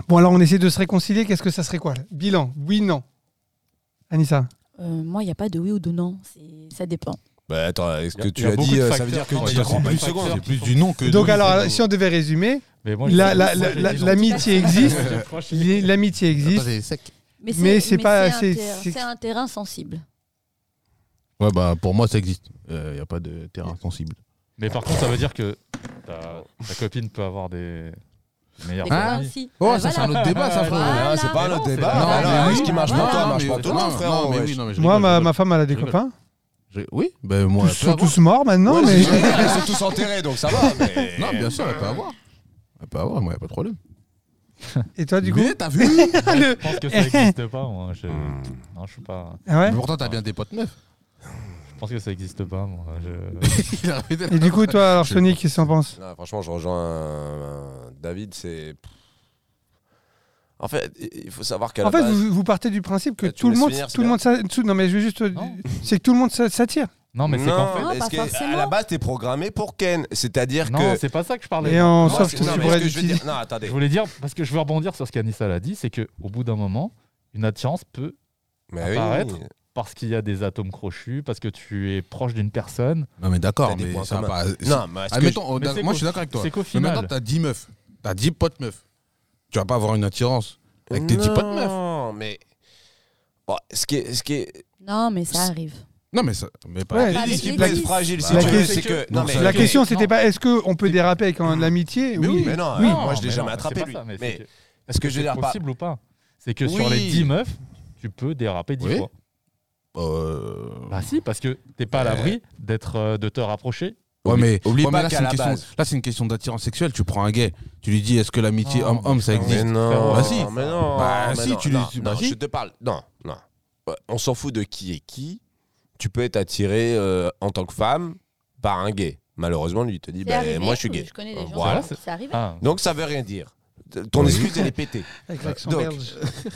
D: Bon, alors on essaie de se réconcilier. Qu'est-ce que ça serait quoi là Bilan, oui, non. Anissa,
B: Euh, moi, il n'y a pas de oui ou de non. C'est- Ça dépend.
A: Bah, attends, est-ce
C: Y
A: que
C: a-
A: tu
C: y a
A: as
C: beaucoup
A: dit
C: de
A: euh, Ça
C: facteurs.
A: veut dire que
C: Non,
A: tu
C: y a
A: comprends
C: beaucoup
A: pas
C: de
A: une seconde.
C: facteurs.
E: C'est plus du nom que.
D: donc
E: de-
D: alors, si on devait résumer,
C: Mais moi, je-
D: la- la-
C: moi,
D: la-
C: j'ai
D: la-
C: dit,
D: l'amitié existe,
C: j'ai approché.
D: li- l'amitié
E: Attends,
D: existe.
E: c'est sec.
B: Mais
D: Mais c'est pas-
B: un
D: c'est-
B: terrain-
D: c'est-
B: C'est un terrain sensible.
A: Ah,
E: Ouais, bah pour moi, ça existe. Il n'y a pas de terrain sensible.
C: Mais par contre, ça veut dire que ta, ta copine peut avoir des meilleurs
B: Des
E: Ah.
B: copains aussi.
E: Oh,
B: Bah,
E: ça, c'est
B: voilà.
E: un autre débat, ça, frérot.
B: Voilà.
A: Ah, c'est pas notre
C: c'est-
A: débat.
B: non,
A: Alors,
B: mais oui.
A: ce qui marche pour
B: Voilà.
A: toi, marche pour tout le monde, frérot.
E: mais oui,
A: wesh.
E: non, mais je
D: Moi,
E: rigole,
D: ma,
E: je
D: ma femme, elle a des
E: rigole.
D: copains.
E: rigole. Je- Oui, ben
D: Ils
E: moi. elle peut
D: sont
E: avoir.
D: tous morts maintenant,
A: Ouais,
D: mais
A: c'est vrai, Ils sont tous enterrés, donc ça va. mais-
E: Non, bien sûr, elle peut avoir. Elle peut avoir, moi, il a pas de problème.
D: et toi, Ah, du coup Ah,
E: Mais t'as vu
D: le-
C: Je pense que ça n'existe pas. Moi. Je...
A: Hmm.
C: Non, je suis pas.
D: Ah ouais
E: Mais Pourtant, t'as bien des potes meufs.
C: Je pense que ça n'existe pas. Moi. Je...
E: Il a arrêté de-
D: Et du coup, toi, alors,
E: Je-
D: Sonic, qu'est-ce que t'en penses
A: Non, franchement, je rejoins euh, David. C'est. En fait, il faut savoir qu'à la
D: En fait,
A: base-
D: vous, vous partez du principe que
A: Bah, tu
D: tout le
A: laisses
D: monde,
A: finir, c'est
D: tout le
A: bien.
D: monde, s'a- tout- non mais je veux juste,
C: Non.
D: c'est que tout le monde s'a- s'attire.
C: Non, mais c'est qu'en fait.
B: Non, pas
A: est-ce que-
B: forcément.
A: à la base, t'es programmé pour Ken. C'est-à-dire que.
C: Non, c'est pas ça que je parlais.
D: Et en
A: Non,
D: sauf
A: c'est-
D: que
A: non,
D: tu
A: mais est-ce
D: pourrais
A: que je veux
D: l'utiliser.
A: dire- Non, attendez.
C: Je voulais dire, parce que je veux rebondir sur ce qu'Anissa l'a dit, c'est qu'au bout d'un moment, une attirance peut,
A: Mais oui.
C: apparaître. parce qu'il y a des atomes crochus, parce que tu es proche d'une personne.
E: Non, mais d'accord,
A: T'as des
E: mais
A: points
E: ça va
A: communs.
E: pas. c'est-
A: Non, mais est-ce que
E: Admettons, on-
C: Mais c'est
E: moi,
C: qu'au-
E: je suis d'accord avec toi.
C: c'est qu'au
E: Mais
C: final.
E: maintenant, t'as 10 meufs. T'as 10 potes meufs. Tu vas pas avoir une attirance
A: je-
E: avec tes 10 potes meufs.
A: Non, mais. Bon, ce qui est. Ce qui est...
B: Non, mais ça arrive.
E: Non, mais ça. Mais pas.
D: Ouais.
A: La-
B: avec
A: ce qui
B: les
A: peut être
B: dix.
A: fragile, si
E: La
A: tu veux,
D: question-
A: c'est que.
E: Non,
A: Non, mais.
E: c'est
D: La
C: Ok,
D: question, c'était
C: non.
D: pas est-ce que on peut déraper avec un- l'amitié
E: Mais
D: Oui.
E: oui.
A: Mais non,
D: Oui.
A: moi, je l'ai
C: mais
A: jamais
C: non,
A: attrapé,
C: c'est pas
A: lui.
C: ça, mais
A: Mais
C: c'est que-
A: ce que je veux
C: c'est
A: dire par.
C: possible ou pas C'est que sur
A: Oui.
C: les 10 meufs, tu peux déraper 10
E: Oui.
C: fois.
E: Euh,
C: Bah si, parce que t'es pas à l'abri d'être, euh, de te rapprocher.
E: Ouais, mais,
A: Oublie
E: ouais, mais
A: pas
E: là,
A: qu'à
E: c'est une
A: la
E: question-
A: base.
E: là, c'est une question d'attirance sexuelle. Tu prends un gay, tu lui dis est-ce que l'amitié
C: Non,
E: homme-homme ça
C: mais non.
E: existe
A: Mais non,
E: Bah si.
A: mais non.
E: Bah
A: mais
E: si,
A: non,
E: tu lui-
A: non,
E: tu-
A: non,
E: bah si.
A: je te parle. Non, non. Ouais, On s'en fout de qui est qui. Tu peux être attiré euh, en tant que femme par un gay. Malheureusement, lui, il te dit,
B: C'est
A: ben,
B: arrivé,
A: moi, je suis
B: oui,
A: gay.
B: Je connais des gens.
A: Voilà.
B: ça- C'est arrivé.
C: Ah,
A: Donc, ça veut rien dire. Ton excuse, elle est pétée.
D: Avec
A: l'accent Donc. belge.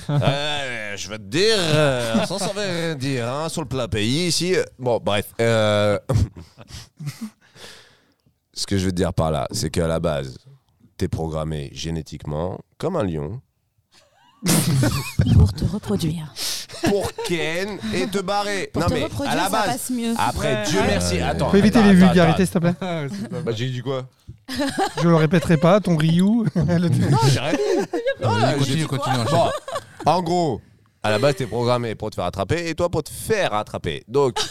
E: Ah,
A: Euh, je vais te dire, euh, sans savoir rien dire, hein, sur le plat pays ici. euh, Bon, bref. euh, Ce que je veux te dire par là, c'est qu'à la base, t'es programmé génétiquement comme un lion
B: Pour te reproduire.
A: pour Ken et te barrer.
B: Pour
A: non
B: te
A: mais
B: reproduire,
A: à la
B: ça
A: base. Ah,
B: passe mieux.
A: Après, Dieu merci. Attends.
D: Faut éviter
A: attends,
D: les
A: attends,
D: vulgarités, s'il te plaît.
A: attends. Bah, j'ai dit quoi
D: Je le répéterai pas. Ton Ryu. le-
A: Non, j'ai rien dit. Non, là, j'ai dit
E: Continue, continue. enchaîne.
A: Bon, en gros, à la base, t'es programmé pour te faire attraper et toi pour te faire attraper. Donc,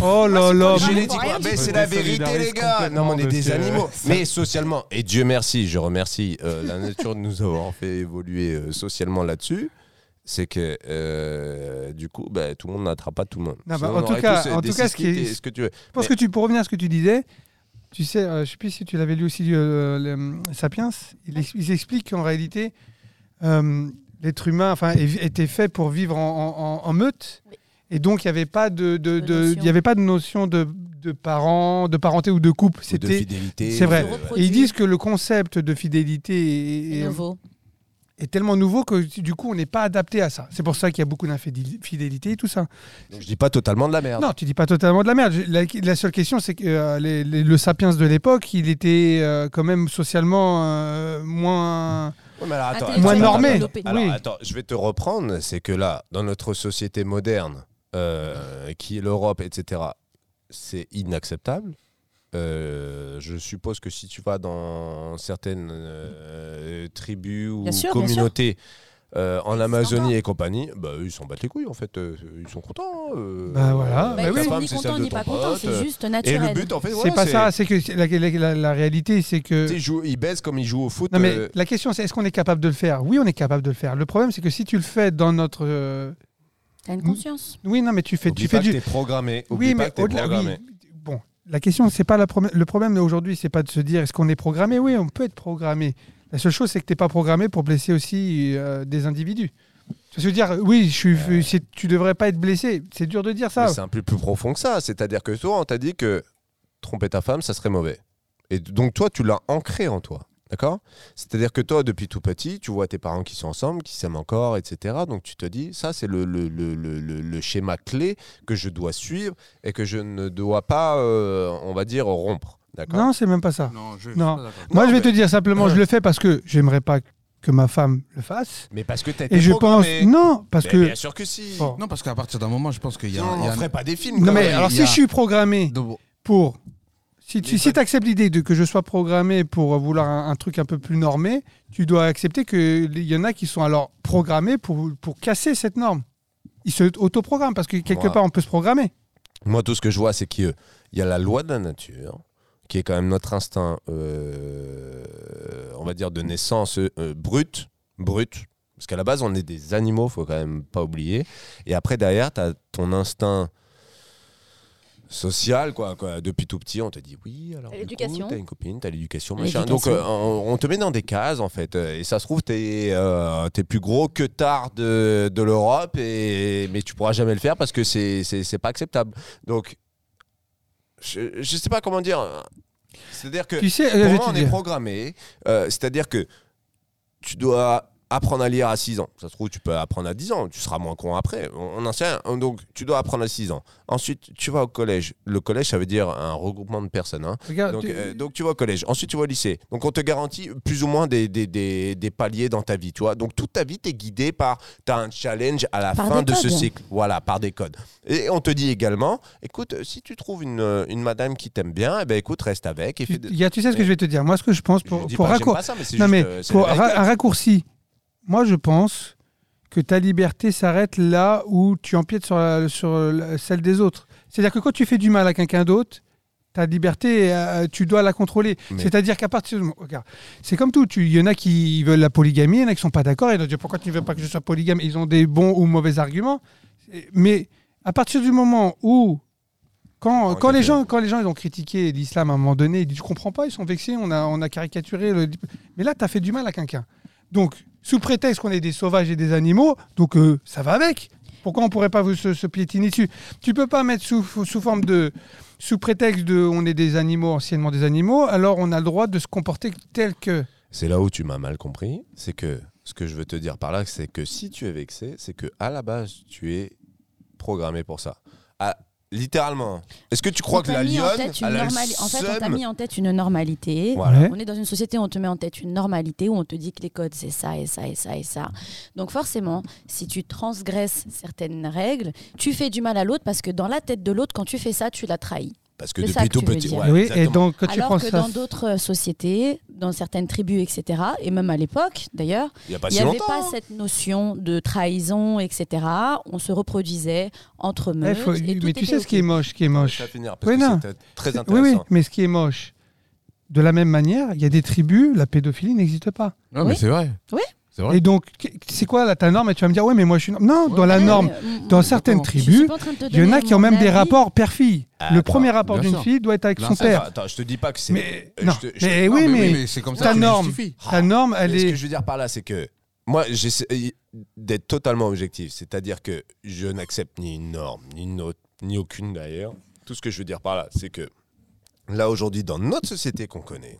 D: Oh là là.
B: Moi,
A: génétiquement,
B: rien
A: mais
B: du
A: c'est
C: tout.
A: la
C: Je me
A: vérité,
C: désolidarise
A: les gars. Non, mais on est
C: complètement de
A: des
C: ce-
A: animaux. Mais socialement, et Dieu merci, je remercie euh, la nature de nous avoir fait évoluer euh, socialement là-dessus. C'est que euh, du coup, bah, tout le monde n'attrape pas tout le monde.
D: Non, bah,
A: Sinon,
D: en
A: on
D: tout
A: aurait
D: cas-
A: tous, euh,
D: en
A: des
D: tout cas, ce qui est-
A: cyclites et ce que tu veux.
D: Je pense que tu, pour revenir à ce que tu disais, tu sais, euh, je sais plus si tu l'avais lu aussi, euh, le, hum, Sapiens, il, ex- ils expliquent qu'en réalité, euh, l'être humain enfin, est- était fait pour vivre en, en- en- en meute.
B: Oui.
D: Et donc, il n'y avait, pas de,
B: De
D: de, de-
B: notion.
D: il y avait pas de notion de, de parents, de parenté ou de couple.
A: Ou de
D: C'était.
A: fidélité.
D: c'est vrai.
A: euh,
D: Et ils disent que le concept de fidélité
B: C'est
D: est, est-
B: nouveau.
D: est tellement nouveau que du coup, on n'est pas adapté à ça. C'est pour ça qu'il y a beaucoup d'infidélité et tout ça.
A: Donc, je dis pas totalement de la merde.
D: Non, tu dis pas totalement de la merde. La, la seule question, c'est que euh, les- les- le sapiens de l'époque, il était euh, quand même socialement euh, moins.
A: Ouais, mais alors, attends,
B: Intellectuellement
A: attends, attends,
D: Moins normé.
A: attends.
B: développé.
A: Alors
D: Oui.
A: attends, je vais te reprendre. C'est que là, dans notre société moderne, euh, qui est l'Europe, etc., c'est inacceptable. Euh, je suppose que si tu vas dans certaines euh, tribus ou
B: Bien sûr, bien sûr.
A: communautés euh, en
B: C'est
A: Amazonie
B: sympa.
A: et compagnie, bah, eux, ils s'en battent les couilles en fait. Euh, Ils sont contents. euh.
D: Bah, voilà.
A: Euh,
D: Bah,
A: ta
D: ils oui. sont
A: femme,
B: ni
A: c'est celle
B: content
A: de
B: ni
A: ton
B: pas content,
A: pote,
B: c'est
A: euh.
B: juste
A: Et
B: naturel.
A: le but en fait,
D: c'est
A: voilà,
D: pas ça, c'est que la, la- la- la réalité, c'est que.
A: tu sais, ils jouent- Ils baissent comme ils jouent au foot.
D: Non, mais
A: euh,
D: la question, c'est est-ce qu'on est capable de le faire Oui, on est capable de le faire. Le problème, c'est que si tu le fais dans notre. euh,
B: T'as une conscience.
D: Oui, non, mais tu fais,
A: oublie
D: tu fais
A: pas que
D: du.
A: t'es programmé. oublie
D: Oui,
A: pas
D: mais
A: que t'es
D: au-delà.
A: programmé.
D: oui. Bon, la question, c'est pas la prom- le problème aujourd'hui, c'est pas de se dire est-ce qu'on est programmé Oui, on peut être programmé. La seule chose, c'est que t'es pas programmé pour blesser aussi euh, des individus. Je veux dire, oui, je suis, c'est- tu devrais pas être blessé. C'est dur de dire ça.
A: Euh. Mais c'est un peu plus profond que ça. C'est-à-dire que toi, on t'a dit que tromper ta femme, ça serait mauvais. Et donc toi, tu l'as ancré en toi. D'accord C'est-à-dire que toi, depuis tout petit, tu vois tes parents qui sont ensemble, qui s'aiment encore, etc. Donc tu te dis, ça, c'est le, le, le- le- le- le schéma clé que je dois suivre et que je ne dois pas, euh, on va dire, rompre. D'accord
D: Non, c'est même pas ça.
E: Non, je.
D: Non. Moi, je vais
A: mais- euh.
D: te dire simplement, je le fais parce que j'aimerais pas que ma femme le fasse.
A: Mais parce que t'as été
D: Et je pense.
A: programmé.
D: Non, parce
A: Mais
D: que.
A: Bien sûr que si.
D: Bon.
E: Non, parce qu'à partir d'un moment, je pense qu'il y a.
A: Sinon,
E: il y
A: on
E: a-
A: ferait pas des films.
D: Non,
A: quand
D: mais
A: même.
D: alors,
E: il y
D: si
E: a-
D: je suis programmé
E: Donc,
D: pour. Si tu
A: Les
D: si acceptes l'idée de que je sois programmé pour vouloir un, un truc un peu plus normé, tu dois accepter qu'il y en a qui sont alors programmés pour, pour casser cette norme. Ils se autoprogramment parce que quelque
A: Moi.
D: part, on peut se programmer.
A: Moi, tout ce que je vois, c'est qu'il y a- il y a la loi de la nature, qui est quand même notre instinct, euh, on va dire, de naissance euh, euh, brute, brute. Parce qu'à la base, on est des animaux, faut quand même pas oublier. Et après, derrière, tu as ton instinct social, quoi, quoi. Depuis tout petit, on te dit oui, alors.
B: T'as
A: du
B: l'éducation.
A: coup, T'as une copine, t'as l'éducation, machin. Donc,
B: L'éducation.
A: euh, on, on te met dans des cases, en fait. Euh, Et ça se trouve, t'es euh, t'es plus gros que tard de, de l'Europe, et mais tu pourras jamais le faire parce que c'est- c'est c'est pas acceptable. Donc, je, je sais pas comment dire. C'est-à-dire que.
D: Tu sais,
A: Pour
D: euh, je vais
A: moi,
D: te
A: on est
D: dire.
A: programmé. euh, C'est-à-dire que tu dois apprendre à lire à 6 ans. Ça se trouve, tu peux apprendre à 10 ans. Tu seras moins con après. On on en sait rien. Donc, tu dois apprendre à 6 ans. Ensuite, tu vas au collège. Le collège, ça veut dire un regroupement de personnes. hein.
D: Regarde,
A: Donc,
D: tu-
A: euh, donc, tu vas au collège. Ensuite, tu vas au lycée. Donc, on te garantit plus ou moins des, des, des- des paliers dans ta vie. Tu vois donc, toute ta vie, tu es guidé par. Tu as un challenge à la
B: Par
A: fin
B: des
A: de ce
B: codes.
A: cycle. Voilà, par des codes. Et on te dit également écoute, si tu trouves une, euh, une madame qui t'aime bien, eh ben, écoute, reste avec. Et
D: tu,
A: fais de-
D: il y a- tu sais ce que je vais te dire. Moi, ce que je pense
A: je
D: pour,
A: dis
D: pour
A: pas, j'aime
D: raccour-
A: pas ça, mais c'est
D: Non,
A: juste,
D: mais
A: euh, c'est
D: pour
A: la
D: ra-
A: vérité.
D: un raccourci, moi je pense que ta liberté s'arrête là où tu empiètes sur, la- sur la- celle des autres. C'est-à-dire que quand tu fais du mal à quelqu'un d'autre, ta liberté, euh, tu dois la contrôler.
A: Mais-
D: C'est-à-dire qu'à partir du moment- regarde, c'est comme tout. tu- Il y en a qui veulent la polygamie, il y en a qui sont pas d'accord. Ils vont dire pourquoi tu ne veux pas que je sois polygame. Ils ont des bons ou mauvais arguments. Et- Mais à partir du moment où quand,
A: Ouais,
D: quand, les
A: d'accord.
D: gens, quand les gens ils ont critiqué l'islam à un moment donné, ils disent Je comprends pas, ils sont vexés, on a, on a caricaturé. Le... Mais là, tu as fait du mal à quelqu'un. Donc, sous prétexte qu'on est des sauvages et des animaux, donc euh, ça va avec. Pourquoi on pourrait pas vous se, se piétiner dessus Tu peux pas mettre sous, sous forme de. sous prétexte de on est des animaux, anciennement des animaux, alors on a le droit de se comporter tel que.
A: C'est là où tu m'as mal compris. C'est que ce que je veux te dire par là, c'est que si tu es vexé, c'est que à la base, tu es programmé pour ça. À- littéralement. hein. Est-ce que tu crois
B: On
A: que
B: t'a
A: la
B: mis en
A: lionne,
B: tête une
A: elle a le
B: normali- En fait, on t'a
A: seum
B: mis en tête une normalité.
A: Voilà.
D: Ouais.
B: On est dans une société où on te met en tête une normalité, où on te dit que les codes, c'est ça et ça et ça et ça. Donc forcément, si tu transgresses certaines règles, tu fais du mal à l'autre parce que dans la tête de l'autre, quand tu fais ça, tu l'as trahi.
A: Parce que
B: C'est
A: depuis
B: ça que
A: tout
B: tu veux
A: petit.
B: dire.
A: ouais,
D: oui, et
A: exactement.
D: donc quand tu
B: Alors
D: prends
B: que
D: ça.
B: dans d'autres euh, sociétés, dans certaines tribus, etc., et même à l'époque d'ailleurs,
A: Il n'y a pas
B: il n'y
A: si
B: avait
A: longtemps. hein.
B: pas cette notion de trahison, etc. On se reproduisait entre
D: Ouais,
B: meutes.
D: Eh, faut-
B: et euh, tout
D: Mais tu
B: était
D: sais ce qui est
B: ok.
D: moche, ce qui est moche.
A: Ça va finir, parce
D: Oui,
A: que
D: non.
A: c'était très
D: Oui,
A: intéressant.
D: oui, mais ce qui est moche, de la même manière, il y a des tribus, la pédophilie n'existe pas.
E: Non, mais
B: Oui.
E: c'est vrai.
B: Oui.
E: C'est vrai.
D: Et donc, qu- c'est quoi là, ta norme Et tu vas me dire, ouais, mais moi je suis. norme. Non,
E: Ouais.
D: dans la
B: Ouais,
D: norme,
B: mais, mm,
D: dans
B: mm,
D: certaines
B: je suis
D: tribus,
B: pas en train de te
D: il y en a
B: donner
D: qui ont
B: mon
D: même des
B: avis.
D: rapports père-fille. le
A: Attends,
D: premier rapport
E: bien
D: d'une
E: sûr.
D: fille doit être avec
E: Là,
D: son
E: ça
A: Attends,
D: père.
A: attends, je te dis pas que c'est.
D: Mais,
A: euh,
D: non.
A: je te- je-
D: mais
A: non,
D: oui,
E: Non,
D: mais,
E: oui, c'est comme ça
D: ta
E: que tu
D: norme,
E: justifies.
D: ta norme, elle
A: Mais Ce
D: est.
A: Ah, que je veux dire par là, c'est que moi, j'essaie d'être totalement objectif. C'est-à-dire que je n'accepte ni une norme, ni une autre, ni aucune d'ailleurs. Tout ce que je veux dire par là, c'est que là, aujourd'hui, dans notre société qu'on connaît,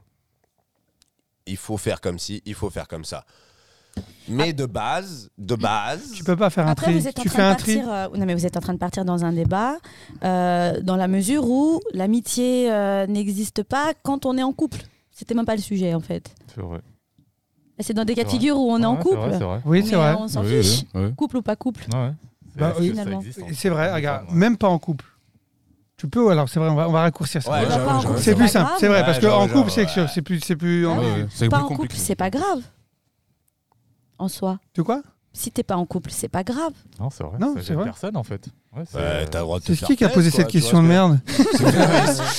A: il faut faire comme ci, il faut faire comme ça. Mais de base, de base.
D: Ah. Tu peux pas faire un
B: Après,
D: tri.
B: vous êtes en
D: Tu fais
B: train
D: un
B: de
D: tri.
B: partir. euh, non, mais vous êtes en train de partir dans un débat euh, dans la mesure où l'amitié euh, n'existe pas quand on est en couple. C'était même pas le sujet en fait.
C: C'est vrai.
B: C'est dans des cas de
C: vrai.
B: figure où on est en
C: Ouais,
B: couple.
C: C'est vrai, c'est vrai.
D: Oui, c'est
B: Mais
D: vrai.
B: On s'en
E: Oui,
B: fiche.
E: oui, oui.
B: Couple ou pas couple.
C: Ouais, ouais. C'est-
D: Bah,
C: est-ce
D: oui.
C: que ça
B: Finalement.
C: existe en-
D: C'est vrai,
C: en
D: regarde,
C: France, ouais.
D: même pas en couple. Tu peux, alors c'est vrai, on va, on va raccourcir ça.
A: Ouais,
B: On va
A: j'avoue,
B: pas en
A: j'avoue,
B: couple,
D: c'est
A: j'avoue.
B: pas
D: plus simple,
B: grave.
D: c'est vrai, parce
A: Ouais,
D: qu'en
A: j'avoue,
D: couple, c'est
A: j'avoue,
D: sûr,
A: ouais.
D: c'est plus. C'est plus
B: Ah
D: en-
B: ouais.
E: c'est
B: Pas
E: plus
B: en couple,
E: compliqué.
B: c'est pas grave en soi.
D: De quoi
B: Si t'es pas en couple, c'est pas grave.
C: Non, c'est vrai.
D: Non,
C: ça
D: c'est
C: gêne
D: vrai.
C: Personne en fait. Ouais, c'est-
A: Ouais, t'as le droit de te
D: C'est qui
A: faire
D: qui a
A: plaisir,
D: posé
A: quoi,
D: cette
A: tu vois
D: question
A: ce que-
D: de merde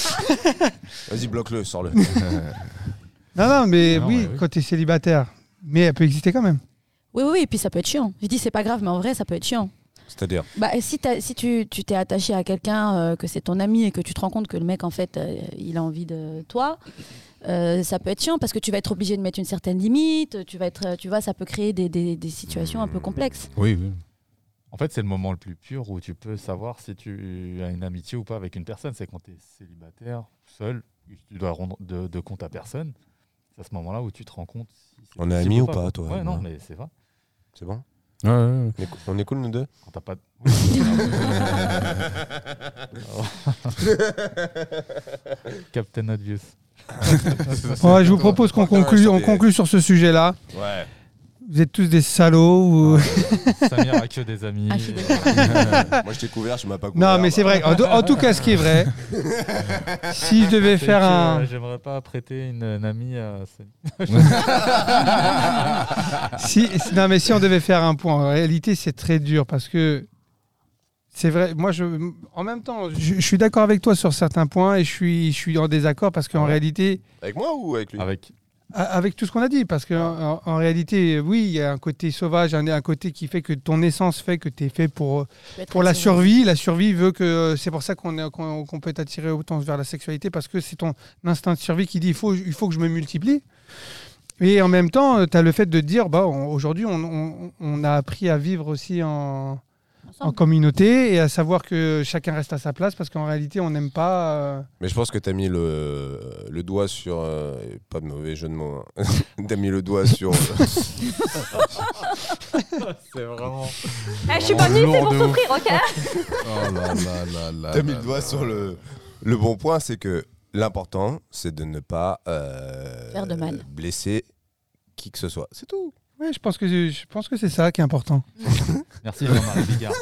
A: Vas-y, bloque-le, sors-le.
D: Non, non, mais
C: Non,
D: oui,
C: ouais, oui.
D: quand t'es célibataire. Mais elle peut exister quand même.
B: Oui, oui, oui, et puis ça peut être chiant. Je dis c'est pas grave, mais en vrai, ça peut être chiant.
A: C'est-à-dire.
B: Bah, si, t'as- si tu tu t'es attaché à quelqu'un, euh, que c'est ton ami et que tu te rends compte que le mec, en fait, euh, il a envie de toi, euh, ça peut être chiant parce que tu vas être obligé de mettre une certaine limite. Tu vas être, euh, tu vois, ça peut créer des, des- des situations un peu complexes.
E: Oui, oui.
C: En fait, c'est le moment le plus pur où tu peux savoir si tu as une amitié ou pas avec une personne. C'est quand tu es célibataire, seul, tu dois rendre de, de compte à personne. C'est à ce moment-là où tu te rends compte. Si c'est
A: On est
C: possible
A: amis ou pas,
C: quoi.
A: toi,
C: Ouais, non,
A: moi
C: mais c'est vrai.
A: C'est bon
E: Ouais, ouais,
A: On est cou- On est cool, nous deux
C: Quand t'as pas. de- Captain Obvious.
D: Ouais, je vous propose qu'on conclue, on conclue sur ce sujet-là.
A: Ouais.
D: Vous êtes tous des salauds ou...
C: Samir a que des amis.
B: Ah, je suis
C: Et-
A: Moi, je t'ai couvert, je m'as pas couvert.
D: Non, mais c'est
A: bah.
D: vrai. En, tout- en tout cas, ce qui est vrai, si je devais
C: C'est
D: faire
C: que,
D: un,
C: euh, J'aimerais pas prêter une, une amie à. ce-
D: si, non, mais si on devait faire un point, en réalité, c'est très dur parce que c'est vrai. Moi, je, en même temps, je, je suis d'accord avec toi sur certains points et je suis, je suis en désaccord parce qu'en
C: Ouais.
D: réalité,
A: Avec moi ou avec lui
D: Ah
C: Avec.
D: a- avec tout ce qu'on a dit, parce qu'en en, en réalité, oui, il y a un côté sauvage, un, un côté qui fait que ton essence fait que tu es fait pour,
B: peux être
D: pour la
B: attirée.
D: survie. La survie veut que. euh, C'est pour ça qu'on est- qu'on qu'on peut être attiré autant vers la sexualité parce que c'est ton instinct de survie qui dit il faut, il faut que je me multiplie. Et en même temps, tu as le fait de dire bah, on- aujourd'hui, on, on- on a appris à vivre aussi en, en
B: Ensemble.
D: communauté et à savoir que chacun reste à sa place parce qu'en réalité, on n'aime pas. euh,
A: Mais je pense que t'as mis le, le doigt sur. euh, pas de mauvais jeu de mots. hein. t'as mis le doigt sur. euh,
C: C'est vraiment.
F: Eh, je suis pas venue ici
E: Lourd
F: pour
E: de
F: souffrir, ok
E: Oh là là là là
A: T'as mis
E: là
A: le doigt
E: là.
A: sur le. Le bon point, c'est que l'important, c'est de ne pas. euh,
B: Faire de mal.
A: Blesser qui que ce soit. C'est tout.
D: ouais, je pense que, je pense que c'est ça qui est important.
C: Merci Jean-Marie Bigard.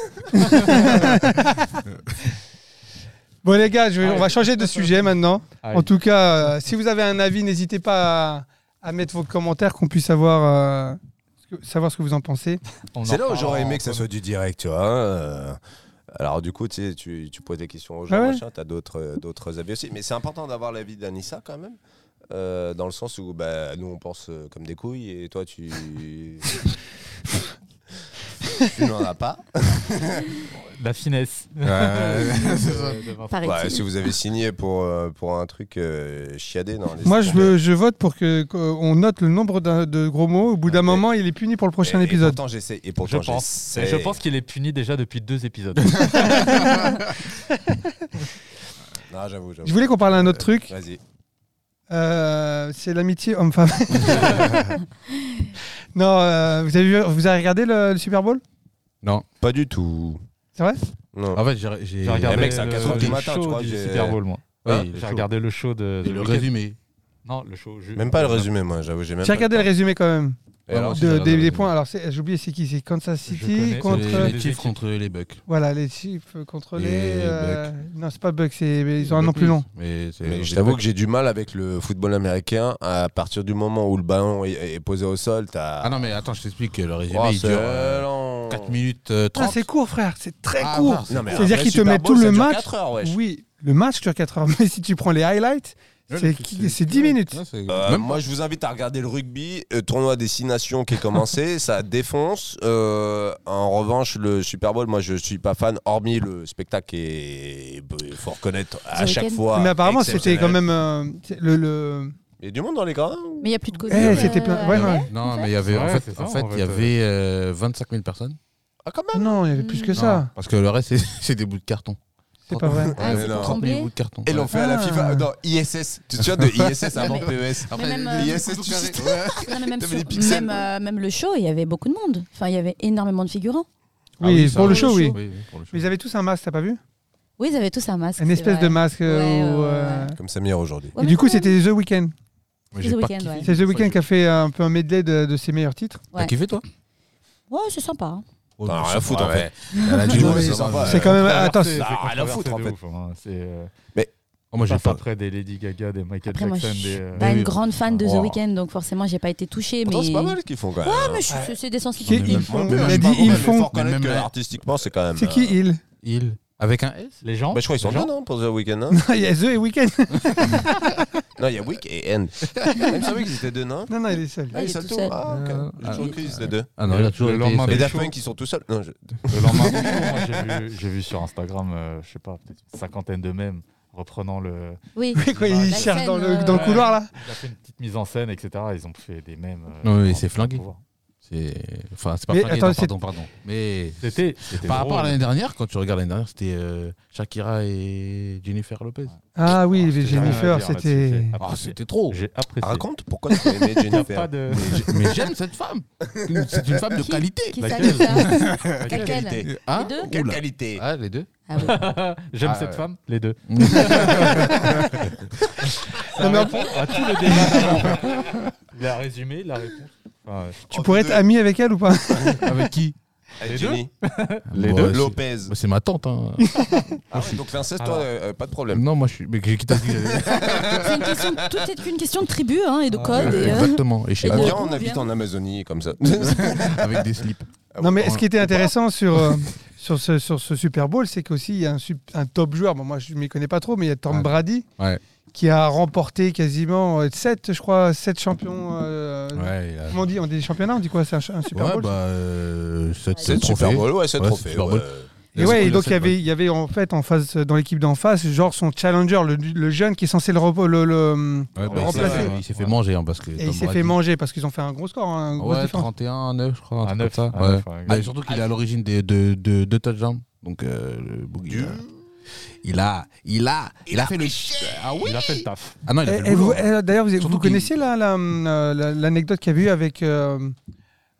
D: Bon, les gars, je vais- on va
C: Allez.
D: changer de sujet maintenant. En
C: Allez.
D: tout cas, euh, si vous avez un avis, n'hésitez pas à, à mettre vos commentaires, qu'on puisse savoir, euh, ce que- savoir ce que vous en pensez.
C: On en
A: C'est là où
C: reparlera
A: j'aurais aimé que ça
C: en-
A: soit du direct, tu vois. euh. Alors du coup, tu, sais, tu, tu poses des questions aux gens,
D: Ah ouais.
A: machin, t'as d'autres euh, d'autres avis aussi. Mais c'est important d'avoir l'avis d'Anissa quand même, euh, dans le sens où bah, nous on pense euh, comme des couilles et toi tu... tu n'en as pas.
C: La finesse.
E: Ouais.
B: Pareil.
A: Bah, si vous avez signé pour, euh, pour un truc euh, chiadé, non. laissez
D: Moi, je,
A: tomber.
D: veux- je vote pour que- qu'on note le nombre d'un- de gros mots. Au bout d'un
A: Ok.
D: moment, il est puni pour le prochain
A: Et- Et
D: épisode.
A: pourtant j'essaie. Et
C: Je
A: pourtant
C: pense.
A: j'essaie.
C: Et je pense qu'il est puni déjà depuis deux épisodes.
A: Non, j'avoue, j'avoue.
D: Je voulais qu'on parle d'un autre truc.
A: Vas-y.
D: Euh, C'est l'amitié homme-femme. non, euh, vous, avez vu- vous avez regardé le, le Super Bowl
E: Non.
A: Pas du tout.
D: C'est vrai
A: Non.
D: Ah,
E: En fait, j'ai- j'ai
C: J'ai regardé
A: Eh mec, c'est à
C: le,
A: 4 heures du
C: le
A: matin, tu
C: show
A: crois,
C: du
A: j'ai-
C: Super Bowl, moi.
E: Oui,
C: Hein
E: le
C: j'ai
E: show.
C: regardé le show de.
E: Et
C: de
E: le
C: week-end.
E: résumé.
C: Non, le show. ju-
A: Même pas le résumé, moi, j'avoue, j'ai même.
D: J'ai
A: pas
D: regardé le résumé quand même.
A: Et alors,
E: Ouais,
D: de-
E: j'ai regardé
D: des,
E: le
D: des
E: résumé.
D: points. Alors, c'est- j'ai oublié c'est qui C'est Kansas City
C: connais,
D: contre.
C: c'est
E: les,
C: les
E: Chiefs
C: équipes.
E: contre les Bucks.
D: Voilà, les chiffres contre
E: Et
D: les. euh, Non, c'est pas Buck, c'est... mais ils ont un nom plus long.
E: Mais, c'est-
A: Mais je t'avoue que j'ai du mal avec le football américain. À partir du moment où le ballon est, est posé au sol, t'as.
E: Ah non, mais attends, je t'explique. Le résumé,
A: Oh,
E: il
A: c'est
E: dure euh,
A: long.
E: 4 minutes euh,
D: Ah,
E: 30.
D: c'est court, frère, c'est très
E: Ah,
D: court.
E: mince.
A: Non, mais
D: C'est-à-dire
A: un vrai
D: qu'il te
A: Super
D: met
A: Bowl,
D: tout
A: ça
D: le
A: dure
D: match.
A: 4 heures, wesh.
D: Oui, le match dure 4 heures, mais si tu prends les highlights, c'est, c'est 10 minutes.
E: Ouais, c'est-
A: Euh,
E: Même
A: moi, je vous invite à regarder le rugby, euh, tournoi des six nations qui est commencé, ça défonce. Euh, en revanche, le Super Bowl, moi, je suis pas fan, hormis le spectacle qui est, il faut reconnaître à
B: The
A: chaque
B: Weeknd.
A: fois.
D: mais apparemment, c'était
A: exceptionnel.
D: quand même. euh, c'est le, le-
A: Il y a du monde dans les hein, gradins.
B: Mais il n'y a plus de Covid.
D: Eh, c'était plein- ouais,
B: à
D: non.
B: Calais.
E: Non, mais il y avait en
C: Ouais,
E: fait,
C: c'est ça,
E: en fait,
C: en
E: il y
C: fait,
E: avait euh, 25 000 personnes.
A: Ah, quand même.
D: Non, il y avait plus que
E: Non, Ah
D: ça.
E: Parce que le reste, c'est- c'est des bouts de carton.
D: C'est pas vrai.
B: Ah,
A: mais
B: c'est
A: non.
B: pour
E: 30 000
B: combler.
E: bouts de carton.
A: Et l'ont fait à la
D: Ah.
A: FIFA. Non, ISS. Tu te souviens de ISS avant E
B: Mais-
A: PES
B: Mais même, euh,
A: ISS, tu sais.
B: Non, mais même,
A: T'avais
B: sur-
A: des pixels,
B: même, euh, même le show, il y avait beaucoup de monde. Enfin, il y avait énormément de figurants.
D: Oui, pour le show, oui.
C: Oui, oui, pour le show.
D: Mais ils avaient tous un masque, t'as pas vu
B: Oui, ils avaient tous un masque.
D: Une
B: c'est
D: espèce
B: vrai.
D: de masque. euh,
B: Ouais, ouais,
D: où,
B: ouais,
D: euh,
B: ouais.
A: Comme Samir aujourd'hui.
B: Ouais,
D: Et
B: mais
D: du coup,
B: quand même.
D: c'était The Weeknd.
E: Mais
B: The
E: j'ai pas
B: Weeknd,
E: kiffé.
B: ouais.
D: C'est The Weeknd
E: j'ai-
D: qui a fait un peu un medley de, de ses meilleurs titres.
E: T'as
B: Ouais.
E: kiffé, toi
B: Ouais, c'est sympa. hein.
A: T'en as rien à foutre, en fait.
E: Elle a
A: Du
E: dit,
A: coup,
E: ouais,
A: ils
E: ça
A: s'en
E: va.
A: vont.
D: C'est quand même.
C: Controversé,
D: Attends,
C: c'est
A: ça a rien à foutre, en
C: controversé de
A: fait.
C: ouf, hein. C'est euh,
E: Oh, Moi, j'ai
C: passe
E: pas.
C: après des Lady Gaga, des Michael
B: Après, moi,
C: Jackson,
B: je
C: des.
B: suis
C: euh,
B: pas
E: oui,
B: une
E: oui.
B: grande fan de The
A: Wow.
B: Weeknd, donc forcément, j'ai pas été touchée.
A: Pourtant,
B: mais...
A: c'est pas mal ce qu'ils font quand même.
B: Ouais, mais je- c'est- c'est des
D: Qui
B: sensibilités.
D: ils
E: Même
D: font
E: pas-
D: Il a
E: même
D: dit
E: pas-
D: ils
E: même
D: font.
E: pas-
A: Même
E: Même
A: que
E: la-
A: artistiquement, c'est quand même.
D: C'est qui
A: euh,
D: il
E: Il. Avec un S
C: Les gens
A: bah, je crois qu'ils sont
C: les
A: bien,
C: gens
A: non, pour The Weeknd. hein
D: Il y a The et Weeknd.
A: non, il y a Week et End. Même savais qu'ils étaient deux, non
D: Non, non, il est seul.
A: Ah, ils
B: il est
A: sont
B: tout
A: tous.
B: seul.
A: Ah,
E: Euh,
A: ok. J'ai
E: ah,
A: toujours cru qu'ils étaient deux.
E: Ah non, il a toujours
C: Le
E: été.
C: lendemain,
E: seul.
A: Et
C: Les
A: Daft
C: shows.
A: Punk, ils sont tout seuls. Non, je-
C: Le lendemain, du show, moi, j'ai vu- j'ai vu, sur Instagram, euh, je sais pas, peut-être une cinquantaine de mêmes reprenant le.
B: Oui.
D: Oui, quoi,
C: La
D: il cherche
B: scène,
D: dans le,
B: euh,
D: dans le couloir là.
C: Il a fait une petite mise en scène, etc. Ils ont fait des mêmes. euh,
E: Non, mais
C: pour-
E: c'est flingué.
C: pour voir.
E: C'est. Enfin, c'est pas
D: Mais
E: flingué,
D: attends,
E: non,
D: c'est-
E: pardon, pardon. Mais.
C: C'était. c'était drôle. Ah,
E: Par rapport à l'année dernière, quand tu regardes l'année dernière, c'était euh, Shakira et Jennifer Lopez.
D: Ah oui,
C: j'ai rien à
D: Jennifer,
C: dire
D: c'était.
C: là-dessus.
E: Ah, c'était trop.
C: J'ai
A: Ah,
C: apprécié.
A: Raconte pourquoi tu as aimé
C: T'as
A: Jennifer.
C: pas de.
E: Mais j'ai- Mais j'aime cette femme. C'est une femme de
B: Qui-
E: qualité.
B: Qui
C: Laquelle
B: savait ça
A: Quelle
B: Laquelle
A: qualité
E: Hein
B: deux
A: Quelle
E: Oula.
A: qualité
E: Ah, les deux.
B: Ah oui.
C: J'aime
E: Ah,
C: cette
E: ouais.
C: femme, les deux. Ça
D: Non, mais-
C: répond à tout le débat d'avant. La résumé, la réponse. Enfin, ouais.
D: Tu pourrais être
A: Entre
D: ami avec elle ou pas
E: Avec Ah, qui
A: deux.
C: Les
A: Jenny
E: Bon, ouais, c'est-
A: Lopez.
E: bah, C'est ma tante. hein.
A: Ah ouais, donc l'inceste, toi,
C: Alors.
A: euh, pas de problème.
E: Non, moi, je suis. Mais j'ai quitté.
B: C'est une question, tout est qu'une question de tribu hein, et de
C: Ah,
B: code. et, euh,
E: Exactement. Et chez
B: Et
A: Ah,
E: moi,
B: de-
A: viens, on
B: Viens.
A: habite en Amazonie, comme ça.
E: avec des slips.
A: Ah
D: Non,
A: ouais.
D: mais ce qui était intéressant sur, euh, sur, ce, sur ce Super Bowl, c'est qu'aussi, il y a un, sup- un top joueur. Bon, moi, je ne m'y connais pas trop, mais il y a Tom
E: Ouais.
D: Brady
E: Ouais.
D: qui a remporté quasiment 7, je crois, 7 champions. euh,
E: Ouais, il a-
D: Comment on dit On dit des championnats On dit quoi C'est un, ch- un Super
E: Ouais,
D: Bowl
E: bah. euh, cette-
A: C'est
E: cette
A: le Super
E: trophée.
A: Bowl, ouais, c'est le
E: Ouais,
A: trophée.
E: c'est le Super Bowl.
A: ouais.
D: Et ouais, et donc il y avait, il y avait en fait en face, dans l'équipe d'en face, genre son challenger, le, le jeune qui est censé le, repo- le, le-
E: Ouais,
D: le
E: bah, il s'est-
D: remplacer.
E: Il s'est fait manger hein, parce que.
D: Et
E: Tom
D: il s'est
E: Brady-
D: fait manger parce qu'ils ont fait un gros score, hein, une grosse
E: Ouais,
D: différence.
E: 31 à 9, je crois.
C: Un
E: Un
C: neuf,
E: 9, ça.
C: un
E: ouais.
C: neuf, ouais,
E: Ah, et
C: exact.
E: surtout qu'il est à l'origine des deux de, de touchdowns. Donc, euh, le Boogie.
A: Du-
E: euh, Il a, il a, il a fait le. Ah oui
C: Il a fait le taf.
E: Ah non, il a
D: Et- et
E: fait le.
D: Eh, vous-
E: boulot.
D: et D'ailleurs, vous, vous
E: Surtout qu'il-
D: connaissez la- la- euh, la- l'anecdote qu'il y avait eu avec euh,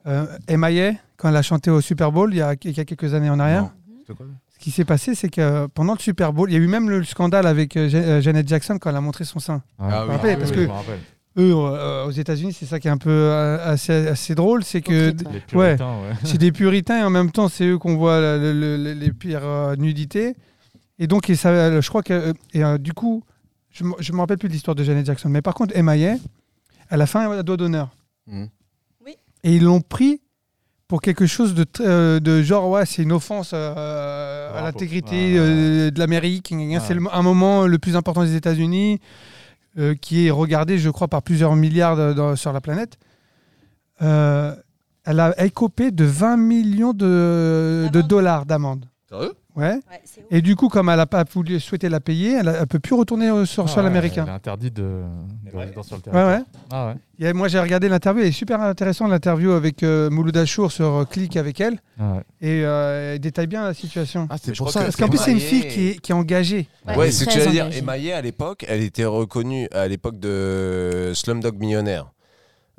D: euh, M.I.A. quand elle a chanté au Super Bowl il y a, il y a quelques années en arrière
E: Non. C'était quoi
D: Ce qui s'est passé, c'est que euh, pendant le Super Bowl, il y a eu même le scandale avec euh, Ja- euh, Janet Jackson quand elle a montré son sein.
E: Ah oui.
D: Rappelez, parce
C: oui,
D: que-
C: je me rappelle.
D: Eux, euh, aux États-Unis, c'est ça qui est un peu euh, assez, assez drôle, c'est que
B: Hypocrite, ouais.
C: Les puritains, ouais.
D: c'est des puritains et en même temps, c'est eux qu'on voit la- le- le- les pires euh, nudités. Et donc, et ça, je crois que. euh, Et euh, du coup, je ne me rappelle plus de l'histoire de Janet Jackson. Mais par contre, M.I.A., à la fin, elle doigt d'honneur.
C: Mmh.
E: Hmm.
D: Et ils l'ont pris pour quelque chose de, tr- euh, de genre, ouais, c'est une offense euh, à
C: Rapport.
D: l'intégrité
C: Ah, Ouais.
D: euh, de l'Amérique. gna, gna,
C: Ouais.
D: C'est le- un moment euh, le plus important des États-Unis euh, qui est regardé, je crois, par plusieurs milliards de- dans- sur la planète. Euh, elle a écopé de 20 millions de, de
B: D'amende.
D: dollars d'amende.
E: Sérieux
D: Ouais.
B: Ouais, c'est ouf.
D: Et du coup, comme elle n'a pas voulu souhaiter la payer, elle ne peut plus retourner euh, sur,
C: Ah
D: sur
C: ouais,
D: l'américain.
C: Il est interdit de, de résidence sur le
D: Ouais,
C: territoire.
D: ouais.
C: Ah ouais.
D: Il y a- moi, j'ai regardé l'interview. Elle est super intéressante, l'interview avec euh, Mouloud Achour sur euh, Click avec elle.
C: Ah ouais.
D: et euh, elle détaille bien la situation.
E: Ah,
A: Mais
E: c'est
A: je
E: pour
A: crois
E: ça.
A: que-
D: Parce qu'en plus, c'est une
A: mariée.
D: fille qui est, qui est engagée.
A: Ouais, c'est ce que
B: très
A: j'allais dire.
B: engagé.
A: Emmaillé, à l'époque, elle était reconnue à l'époque de Slumdog Millionnaire,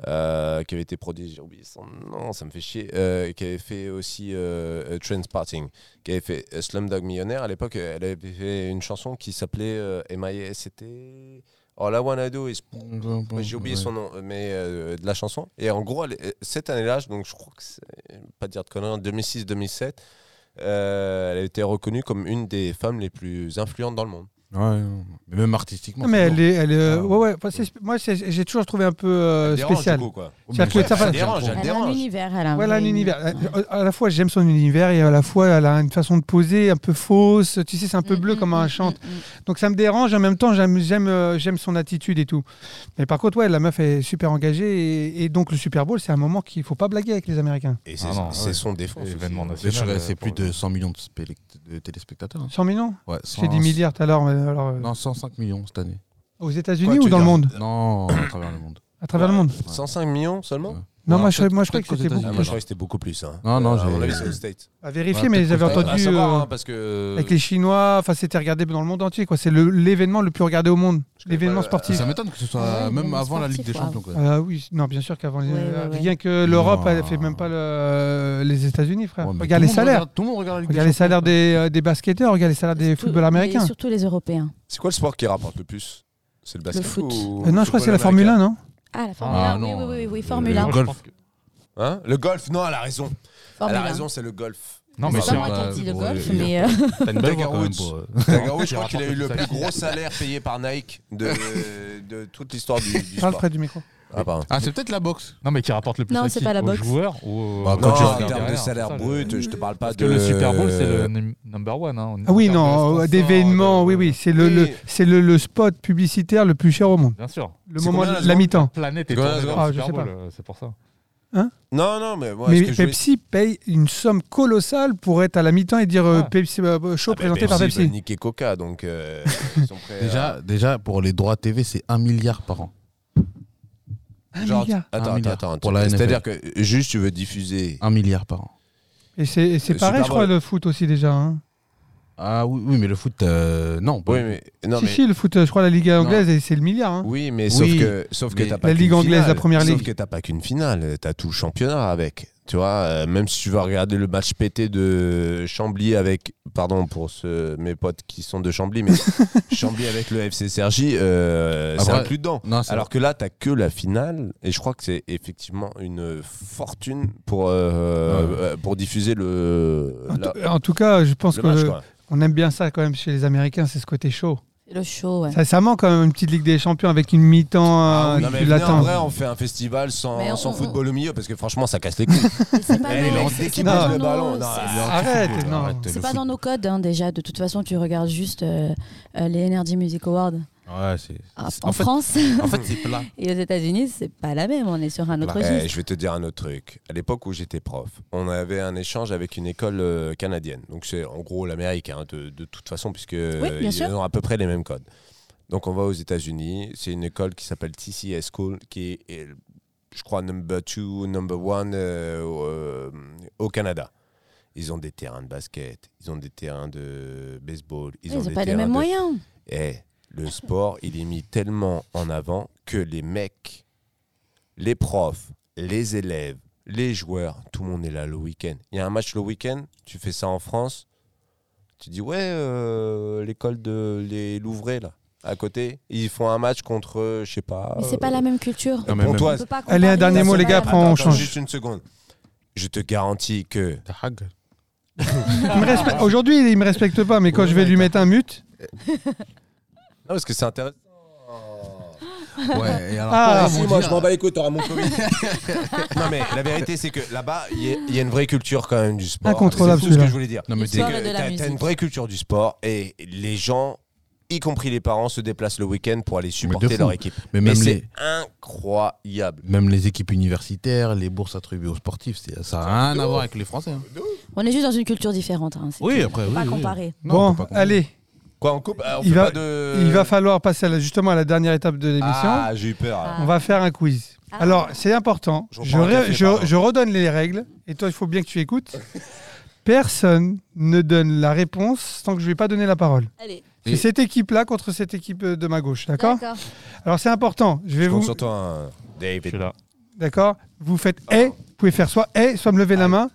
A: euh, qui avait été produit, j'ai oublié son nom, ça me fait chier, euh, qui avait fait aussi euh, Transparting, qui avait fait euh, Slumdog Millionnaire. À l'époque, euh, elle avait fait une chanson qui s'appelait euh, Emmaillé, c'était All I Wanna Do Is. Ouais, J'ai oublié son nom, mais euh, de la chanson. Et en gros, elle- euh, cette année-là, je- donc je crois que c'est pas dire de conneries, en 2006-2007, euh, elle a été reconnue comme une des femmes les plus influentes dans le monde.
E: Ouais, non. Mais même artistiquement.
D: Non, mais elle est. Elle est, euh,
E: Ah.
D: ouais, ouais, enfin, c'est sp- moi, c'est- j'ai toujours trouvé un peu euh, spécial. C'est-à-dire que ça va-
E: ça
A: Elle dérange, elle
B: Elle a un
A: dérange.
B: univers. Elle a un
D: Voilà
B: vrai
D: l'univers. Euh, À, à la fois, j'aime son univers et à la fois, elle a une façon de poser un peu fausse. Tu sais, c'est un peu
B: Mm,
D: bleu
B: mm,
D: comme un
B: mm,
D: chante.
B: mm, mm.
D: Donc ça me dérange. En même temps, j'aime j'aime euh, j'aime son attitude et tout. Mais par contre, ouais, la meuf est super engagée et, et donc le Super Bowl, c'est un moment qu'il faut pas blaguer avec les Américains.
A: Et c'est
C: Ah non,
A: c'est
C: ouais.
A: son défense. aussi.
C: Événement national.
E: C'est plus de 100 millions de, spélec- de téléspectateurs. hein.
D: 100 millions.
E: Ouais,
D: J'ai dit
E: 100
D: milliards tout à l'heure. mais alors, euh,
E: Non, 105 millions cette année.
D: Aux
A: Quoi,
D: États-Unis
A: tu
D: ou dans
A: veux
D: le
A: dire
D: monde
E: Non, à travers le monde.
D: à travers le monde.
A: 105 millions seulement
D: Non,
E: Non,
D: moi, je,
E: peut-être-
D: moi, je crois
E: peut-être
D: que c'était
E: qu'aux
D: beaucoup
A: ah,
E: États-Unis.
A: moi,
D: plus.
A: Je croyais que c'était beaucoup plus. Hein.
E: Non, non,
A: Euh, à mon
E: j'ai-
A: avis, c'est aux States.
D: À vérifier,
E: Ouais,
D: mais
E: peut-être
D: j'avais
E: qu'aux États-Unis.
A: À
D: entendu
A: savoir,
D: euh,
A: hein, parce que.
D: avec les Chinois, enfin, c'était regardé dans le monde entier, quoi. C'est le- l'événement le, plus regardé au monde,
A: connais
D: l'événement
A: pas, euh,
D: sportif.
E: Ça m'étonne que ce soit
B: Ouais,
E: même
B: mais
E: avant la Ligue des
B: sportif,
E: Champions. quoi.
D: Euh, oui, non, bien sûr qu'avant les- euh,
B: Ouais, ouais, ouais.
D: rien que l'Europe,
E: Non.
D: elle fait même pas le- les États-Unis, frère.
E: Ouais, mais
D: Ah, regarde
E: tout
D: les
E: le monde
D: salaires,
E: regarde- Tout le monde regarde la Ligue des
D: regarde les
E: Champions.
D: salaires des, euh, des basketteurs, regarde les salaires des
B: Surtout-
D: footballeurs américains.
B: et Surtout les Européens.
A: C'est quoi le sport qui rapporte le plus C'est le basket
B: foot.
A: ou-
D: Euh, non, je crois que c'est
A: football
D: la Formule 1,
A: américain
D: non
B: Ah, Euh, la Formule 1.
E: Ah, non.
B: oui, oui, oui, oui,
E: Le
B: Formule 1.
C: Moi, je
E: golf.
C: pense que-
A: Hein Le golf Non, elle a raison.
B: Formule
A: Elle a
B: 1.
A: raison, c'est le golf.
C: Non,
B: C'est
C: mais
E: Bah,
B: pas
C: c'est
B: moi qui
E: bah,
B: ai dit le
E: ouais,
B: golf,
E: il-
B: mais euh,
E: T'as une belle voix quand
A: Tiger
E: même
A: Woods.
E: pour, euh,
A: Tagao, je
C: Qui
A: crois qu'il a eu le
C: rapporte
A: plus
C: le
A: gros salaire payé par Nike de, de toute l'histoire du, du
D: Parle
A: sport.
D: près du micro.
A: Ah, pardon.
E: Ah, c'est peut-être la boxe.
C: non, mais qui rapporte le plus
B: Non,
C: à
B: c'est
C: qui
B: pas la
C: Aux
B: boxe.
C: joueurs ou
E: Bah,
C: aux-
E: quand
A: Non,
E: tu
A: en
E: regardes
A: termes de
C: derrière,
A: salaire
C: ça, je-
A: brut, je te parle pas
C: Parce
A: de.
C: que le Super Bowl, c'est le num- number one. hein, en-
D: Ah oui,
C: en termes de
D: non, euh,
C: sponsors,
D: d'événements,
C: de-
D: oui,
A: euh,
D: oui, c'est le, le-
A: Oui.
D: c'est le, le spot publicitaire le plus cher au monde.
C: Bien sûr.
D: Le
A: C'est
D: moment
A: combien la
D: de la
A: seconde
D: mi-temps.
C: Planète est
A: Ouais,
C: tournée
A: ouais,
C: dans
D: ouais,
C: le
D: je
C: Super
D: sais pas.
C: Bowl, euh, c'est pour ça.
A: Non, non, mais moi,
D: mais
A: ce que je voulais-
D: Pepsi paye une somme colossale pour être à la mi-temps et dire euh,
C: Ah.
D: Pepsi euh, show
A: Ah, mais
D: présenté par
A: Pepsi,
D: Pepsi.
A: bah, Nike et Coca, donc. euh, ils sont prêts à-
E: Déjà, déjà, pour les droits TV, c'est 1 milliard par an.
D: Un
A: Genre,
D: milliard.
A: attends,
E: Un
A: attends,
E: milliard.
A: attends.
E: Pour la
A: C'est-à-dire que juste, tu veux diffuser.
E: 1 milliard par an.
D: Et c'est et c'est
A: Le
D: pareil,
A: Super
D: je crois,
A: Bowl.
D: le foot aussi déjà. hein.
E: Ah oui, oui mais le foot, euh, non.
A: Oui, mais. Non,
D: si,
A: mais.
D: si, le foot, euh, je crois, la Ligue anglaise, et c'est le milliard. hein.
A: Oui, mais
E: Oui,
A: sauf que sauf que
E: mais-
A: t'as pas
D: La
A: qu'une
D: Ligue anglaise,
A: finale.
D: la première
A: Sauf
D: ligue.
A: que t'as pas qu'une finale, t'as tout le championnat avec. Tu vois, euh, même si tu vas regarder le match pété de Chambly avec, pardon pour ceux- mes potes qui sont de Chambly, mais Chambly avec le FC Sergi, euh, c'est
E: Après-
A: inclus dedans.
E: Non, c'est-
A: Alors que là, t'as que la finale, et je crois que c'est effectivement une fortune pour euh, euh, pour diffuser le.
D: En,
A: la-
D: tout- en tout cas, je pense
A: le
D: que
A: match, quoi.
D: on aime bien ça quand même chez les Américains, c'est ce côté chaud.
B: le show, ouais.
D: Ça, ça manque quand même une petite Ligue des Champions avec une mi-temps.
A: Ah
D: euh,
A: oui, non, mais
D: tu
A: venez, en
D: l'attends.
A: vrai, on fait un festival
B: Mais
A: sans,
B: on-
A: sans
B: on-
A: football au milieu parce que franchement, ça casse les couilles.
B: Mais C'est pas
A: Eh, il est
B: dans
A: en
B: nos- c'est- c'est
A: décalage,
B: pas
A: le
B: dans
A: ballon.
B: nos-
A: Non,
B: c'est-
A: il est en
D: Arrête,
E: Football,
D: non.
E: arrête,
B: C'est
E: le
B: pas
E: foot.
B: dans nos codes, hein, déjà. De toute façon, tu regardes juste euh, euh, les Energy Music Awards
E: Ouais, c'est.
B: Ah,
E: c'est-
B: en,
E: fait,
B: France
E: en fait, c'est plat.
B: et aux États-Unis, c'est pas la même. On est sur un autre
A: Eh,
B: registre.
A: je vais te dire un autre truc. À l'époque où j'étais prof, on avait un échange avec une école euh, canadienne. Donc c'est en gros l'Amérique, hein, de, de toute façon, puisque euh,
B: bien
A: ils
B: sûr.
A: ont à peu près les mêmes codes. Donc on va aux États-Unis. C'est une école qui s'appelle TCS School, qui est, est, je crois, number two, number one euh, au- euh, au Canada. Ils ont des terrains de basket, ils ont des terrains de baseball, ils
B: Ils
A: ont
B: ont
A: des
B: pas les
A: terrains
B: mêmes
A: de
B: moyens.
A: Eh, le sport, il est mis tellement en avant que les mecs, les profs, les élèves, les joueurs, tout le monde est là le week-end. Il y a un match le week-end, tu fais ça en France, tu dis ouais, euh, l'école de les Louvrais, là, à côté, ils font un match contre, euh, je sais pas.
B: Mais c'est pas
A: euh,
B: la même culture.
A: euh,
E: Non, mais même-
A: Pontoise.
B: On peut pas
D: Allez,
B: comparer,
D: un Ah, dernier
B: c'est
D: mot,
B: pas
D: les
B: la
D: gars,
B: même
D: après on
A: Attends,
D: change.
A: Juste une seconde. Je te garantis que
E: T'as hag.
D: Il me respecte- Aujourd'hui, il me respecte pas, mais quand je vais lui mettre un mute.
A: non parce que c'est intéressant.
E: Ouais, et alors.
D: Ah,
A: Vas-y, moi je m'en bats les couilles, t'auras mon Covid. non mais la vérité c'est que là-bas, il y, a- il y a une vraie culture quand même du sport.
D: Incontrôlable,
A: C'est tout ce que
D: celui-là.
A: je voulais dire.
E: Non, mais
B: Le
A: C'est
B: soir
A: que
B: et de la
A: t'as- t'as une
B: musique.
A: vraie culture du sport et les gens, y compris les parents, se déplacent le week-end pour aller supporter
E: fou.
A: leur équipe.
E: Mais
A: Mais
E: même
A: c'est
E: les,
A: incroyable.
E: même les équipes universitaires, les bourses attribuées aux sportifs, c'est- ça n'a rien à voir avec les Français. hein.
B: On est juste dans une culture différente. hein, c'est
E: Oui,
B: tout.
E: après,
B: On peut
E: oui.
B: Pas
E: oui.
B: comparer.
E: Non, on
D: bon,
E: peut pas Euh, comparer.
D: allez,
A: Quoi, on coupe Ah, on
D: Il
A: fait
D: va-
A: pas de...
D: il va falloir passer à la- justement à la dernière étape de l'émission.
A: Ah, j'ai eu peur.
B: Ah.
D: On va faire un quiz.
B: Ah.
D: Alors, c'est important.
A: Je
D: Je,
A: reprends un
D: re-
A: café,
D: je-
A: pardon.
D: je redonne les règles et toi, il faut bien que tu écoutes. Personne ne donne la réponse tant que je ne vais pas donner la parole.
B: Allez.
D: C'est
E: Et-
D: cette équipe-là contre cette équipe euh, de ma gauche, d'accord Alors, c'est important. Je vais
A: Je compte
D: vous.
A: sur toi, hein,
C: Je suis
A: David.
C: là.
D: D'accord Vous faites et, vous pouvez faire soit et, soit me lever la main.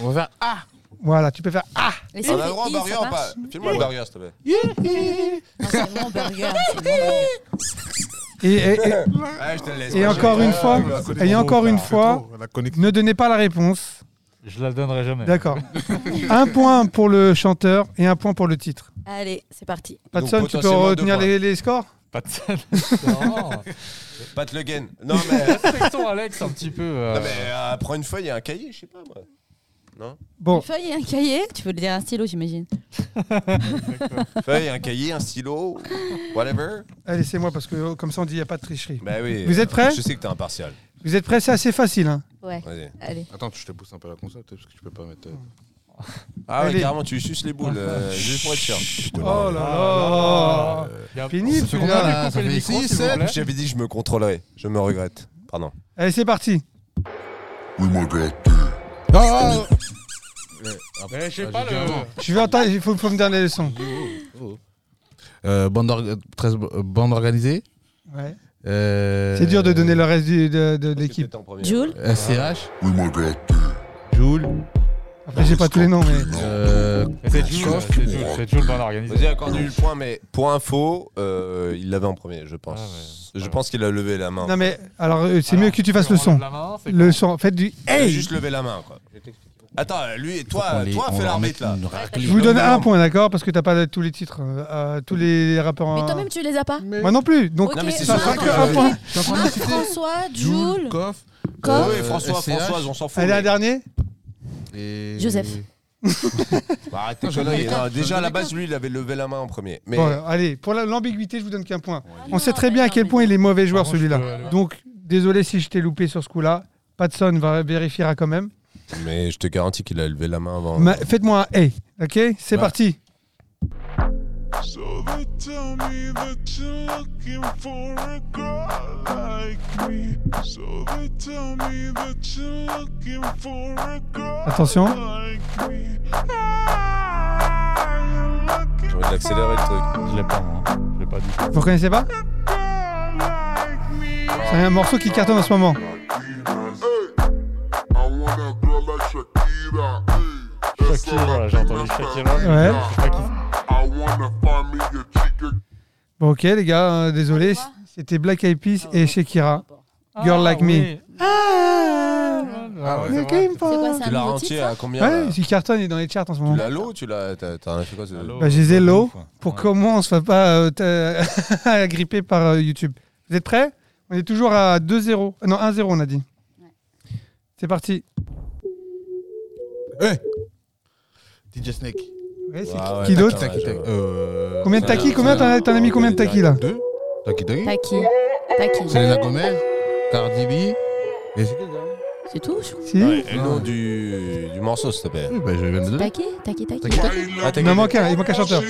E: Oh. Ah. On va faire. Ah
D: Voilà, tu peux faire ah
B: Mais si
A: On
B: on
A: a
B: fait
A: le droit au
B: i,
A: burger
B: ça
A: ou pas
B: marche.
A: Filme-moi le burger, s'il te plaît.
B: Non, C'est mon burger. c'est mon burger.
D: Et, et- et-
A: Ah, je euh, te le laisse.
D: et
A: moi,
D: encore
A: j'ai-
D: une fois, et encore une fois, ne donnez pas la réponse.
C: Je la donnerai jamais.
D: D'accord. un point pour le chanteur et un point pour le titre.
B: Allez, c'est parti.
D: Patson,
A: Donc,
D: tu peux
A: potentiellement deux
D: retenir
A: points.
D: les, les scores
C: Pas de scène. Non.
A: Pat Le Guen. Non mais...
C: Respectons Alex un petit peu. euh,
A: Non, mais euh, prends une feuille et un cahier, je sais pas moi.
D: Bon,
B: Une feuille et un cahier. Tu peux le dire un stylo, j'imagine.
A: Feuille, un cahier, un stylo, whatever.
D: allez, c'est moi parce que euh, comme ça on dit il n'y a pas de tricherie.
A: Bah oui.
D: Vous
A: euh,
D: êtes prêts
A: Je sais que t'es impartial.
D: Vous êtes prêts C'est assez facile. hein.
B: Ouais.
A: Vas-y.
B: Allez.
E: Attends, je te pousse un peu la console, peut-être, parce que tu peux pas mettre. euh,
A: Ah ouais,
D: Allez. Ah.
A: carrément, tu suces les boules, euh, juste pour être sûr.
D: Oh là là Fini,
C: C'est
D: celui-là.
C: combien
H: Ça fait six, sept.
A: J'avais dit que je me contrôlerais, je me regrette. Pardon.
D: Allez, c'est parti.
G: We might get there.
E: Oh, oh,
C: Je sais pas le.
D: Je vais entendre, il faut, faut me donner le son.
E: Euh, bande, orga- 13 euh, bande organisée.
D: Ouais.
E: euh,
D: C'est dur de donner le reste du- de, de- de l'équipe.
B: Jules
E: euh, SCH.
G: We might get there.
E: Joule.
D: Après, j'ai pas tous les noms, mais.
E: euh,
C: C'est Jules,
G: Sauf
C: c'est
G: que-
C: Jules, c'est Jules bien organisé.
A: Vas-y, accorde-lui le point, mais pour info, euh, il l'avait en premier, je pense.
C: Ah ouais.
A: Je pense qu'il a levé la main.
D: Non, mais alors, euh, c'est
C: Alors,
D: mieux que tu fasses
C: on
D: le
C: lève
D: son.
A: Ah
C: la main, c'est
D: Le
C: quoi
D: son, faites du.
A: Il a
D: Hey
A: juste levé la main, quoi. Attends, lui et
E: faut qu'on
A: toi,
E: les-
A: toi,
E: on
A: fais
E: leur
A: l'arbitre, là.
E: mette une raclée.
D: Je vous
A: Non,
D: donne
A: non,
D: un
A: non.
D: point, d'accord Parce que t'as pas tous les titres, euh, euh, tous les rappeurs
B: Mais
D: en-
B: toi-même, tu les as pas.
D: Moi non plus. Donc,
B: Ok,
A: Non, mais c'est
D: ça
A: sûr
D: sera
A: que- euh,
D: que un point.
E: Je suis en train de
B: Marc,
E: citer
B: François,
E: Ah, Joule,
B: Jules,
E: Koff. euh,
B: Koff.
A: Oui, François,
E: SCH,
A: Françoise, on s'en fout.
D: Allez, un
A: mais-
D: dernier
E: et-
B: Joseph.
A: Bah, arrête tes
E: Non, je
A: conneries.
E: l'avais-
A: Non,
E: je
A: Déjà, à la
E: l'avais
A: base, lui, il avait levé la main en premier. Mais
D: Bon, Allez, pour la- l'ambiguïté, je vous donne qu'un point. On
B: non,
D: sait très
B: mais
D: bien à
B: non,
D: quel
B: mais
D: point
B: non.
D: il est mauvais joueur
C: Par contre,
D: celui-là.
C: je peux aller.
D: Donc, désolé si je t'ai loupé sur ce coup-là. Patson va vérifiera quand même.
A: mais je te garantis qu'il a levé la main avant.
D: Ma- Faites-moi un hey, ok C'est
E: Ouais.
D: parti.
I: So they tell me that you're looking for a girl like me. So they tell me that you're looking for a girl
D: Attention.
I: like me. Ah, you're
A: J'ai
I: looking
A: envie d'accélérer le truc.
C: Je l'ai pas, moi. Je l'ai pas dit.
D: Vous connaissez pas
I: for a girl like me.
D: C'est un morceau qui cartonne en ce moment.
C: Shakira, j'ai entendu Shakira.
D: Ouais.
C: Je sais pas qui c'est.
D: Bon, ok les gars, euh, désolé.
B: Pourquoi
D: C'était Black Eyed Peas et Shakira. Girl Like Me.
C: Ah ouais, c'est
D: Le
C: vrai.
D: game
B: C'est quoi,
D: point.
B: c'est
A: Tu
B: un
A: l'as
B: nouveau
A: rentier hein.
B: titre
A: à combien là
D: Ouais, il cartonne, il est dans les charts en ce
A: Tu
D: moment.
A: l'as l'eau Tu l'as. t'as- T'en as fait quoi ce-
C: Allô
D: Bah, j'ai des lots pour
C: Ouais.
D: comment on se fasse pas euh, t- euh, gripper par euh, YouTube. Vous êtes prêts On est toujours à 2-0. Euh, Non, 1-0 on a dit. C'est parti.
E: Eh DJ Snake.
D: Ouais, c'est
A: Ah ouais,
D: qui d'autre
A: d'accord,
E: Taki,
A: ouais, je
E: taki.
A: vois.
E: Euh,
D: Combien de
A: Ouais,
D: taquis
A: ouais,
D: Combien
A: ouais.
D: t'en as, t'en as mis combien de taquis là
E: Deux. Taki Taki.
B: T'as qui T'as qui
E: Selena Gomez. Cardi B. Et c'est qui le dernier
B: C'est tout je crois.
D: Si
A: Ouais, et le nom du, du morceau, s'il te plaît.
E: Oui, bah, je vais me
B: T'as
E: donner.
B: qui T'as qui T'as qui
E: Taki, taki.
A: Ah, t'as
D: Il en manque un, il manque un chanteur.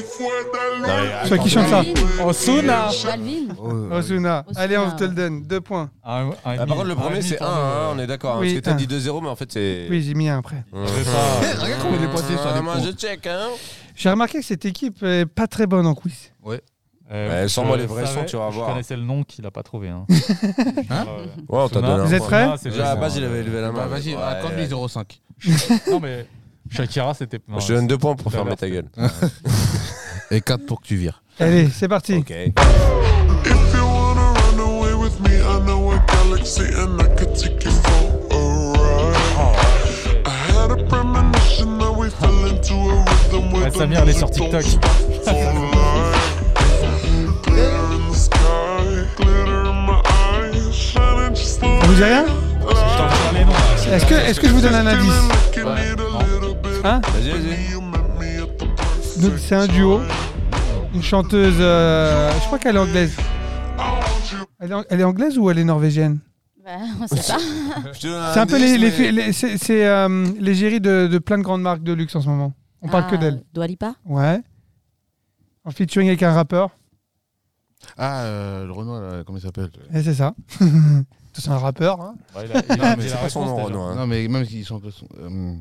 D: Soit qui chante ça.
B: Balvin
C: Ozuna.
B: Balvin
E: Oh,
D: Ozuna.
B: Ozuna.
D: Allez, on te le donne. Deux points.
C: Un- un et
A: Ah,
C: demi.
A: par contre, le
C: Un et
A: premier,
C: demi
A: c'est 1,
C: pour nous.
A: on est d'accord. hein,
D: Oui,
A: parce que t'as
D: un.
A: dit 2-0, mais en fait, c'est.
D: Oui, j'ai mis un après.
A: Mmh.
C: Je sais pas.
E: Eh, Regarde comment il est pointé sur
A: Ah,
E: les
A: Moi,
E: points.
A: je check, hein.
D: J'ai remarqué que cette équipe est pas très bonne en quiz.
C: Euh,
A: Eh, sors-moi
C: je
A: les vrais sons,
C: savais-
A: tu vas voir.
C: Je connaissais le nom qu'il a pas trouvé. Hein.
E: Hein
A: Ouais, on t'a Oh, donné un
D: Vous êtes
A: point.
D: prêts
A: Déjà, à la base, il avait levé la main.
E: Bah, Vas-y,
A: Ouais.
E: accorde-lui 0,5.
C: Non, mais Shakira, c'était. non,
A: Je te donne 2 points pour
C: Tout à
A: fermer
C: l'heure,
A: ta gueule.
E: Et 4 pour que tu vires.
D: Allez, c'est parti.
A: Ok.
I: If you wanna run away with me, I know a galaxy and I could take you for a ride. I had a premonition that we fell into a rhythm with
C: Ouais, Samir, elle est sur TikTok.
D: Ça vous dit rien
C: T'en les noms.
D: Est-ce que, est que je vous donne un indice Hein
A: Vas-y, vas-y.
D: Donc, C'est un duo. Une chanteuse. euh, je crois qu'elle est anglaise. Elle est, an- elle est anglaise ou elle est norvégienne
B: Bah, on sait pas.
A: Je te donne
D: C'est un peu les,
A: indice, mais-
D: les, fi- les- c'est c'est, euh, les géris de, de plein de grandes marques de luxe en ce moment. On parle que
B: Ah,
D: d'elle.
B: Dua Lipa
D: Ouais. En featuring avec un rappeur.
E: Ah, euh, le Renault, là, comment il s'appelle
D: Et Eh, c'est ça. c'est un rappeur. hein.
C: Ouais, il a- il a-
E: mais
C: il
E: c'est
C: a
A: Ah, pas son
C: réponse,
A: nom,
C: déjà.
A: Renaud. hein.
E: Non, mais même s'ils sont un peu. son- euh,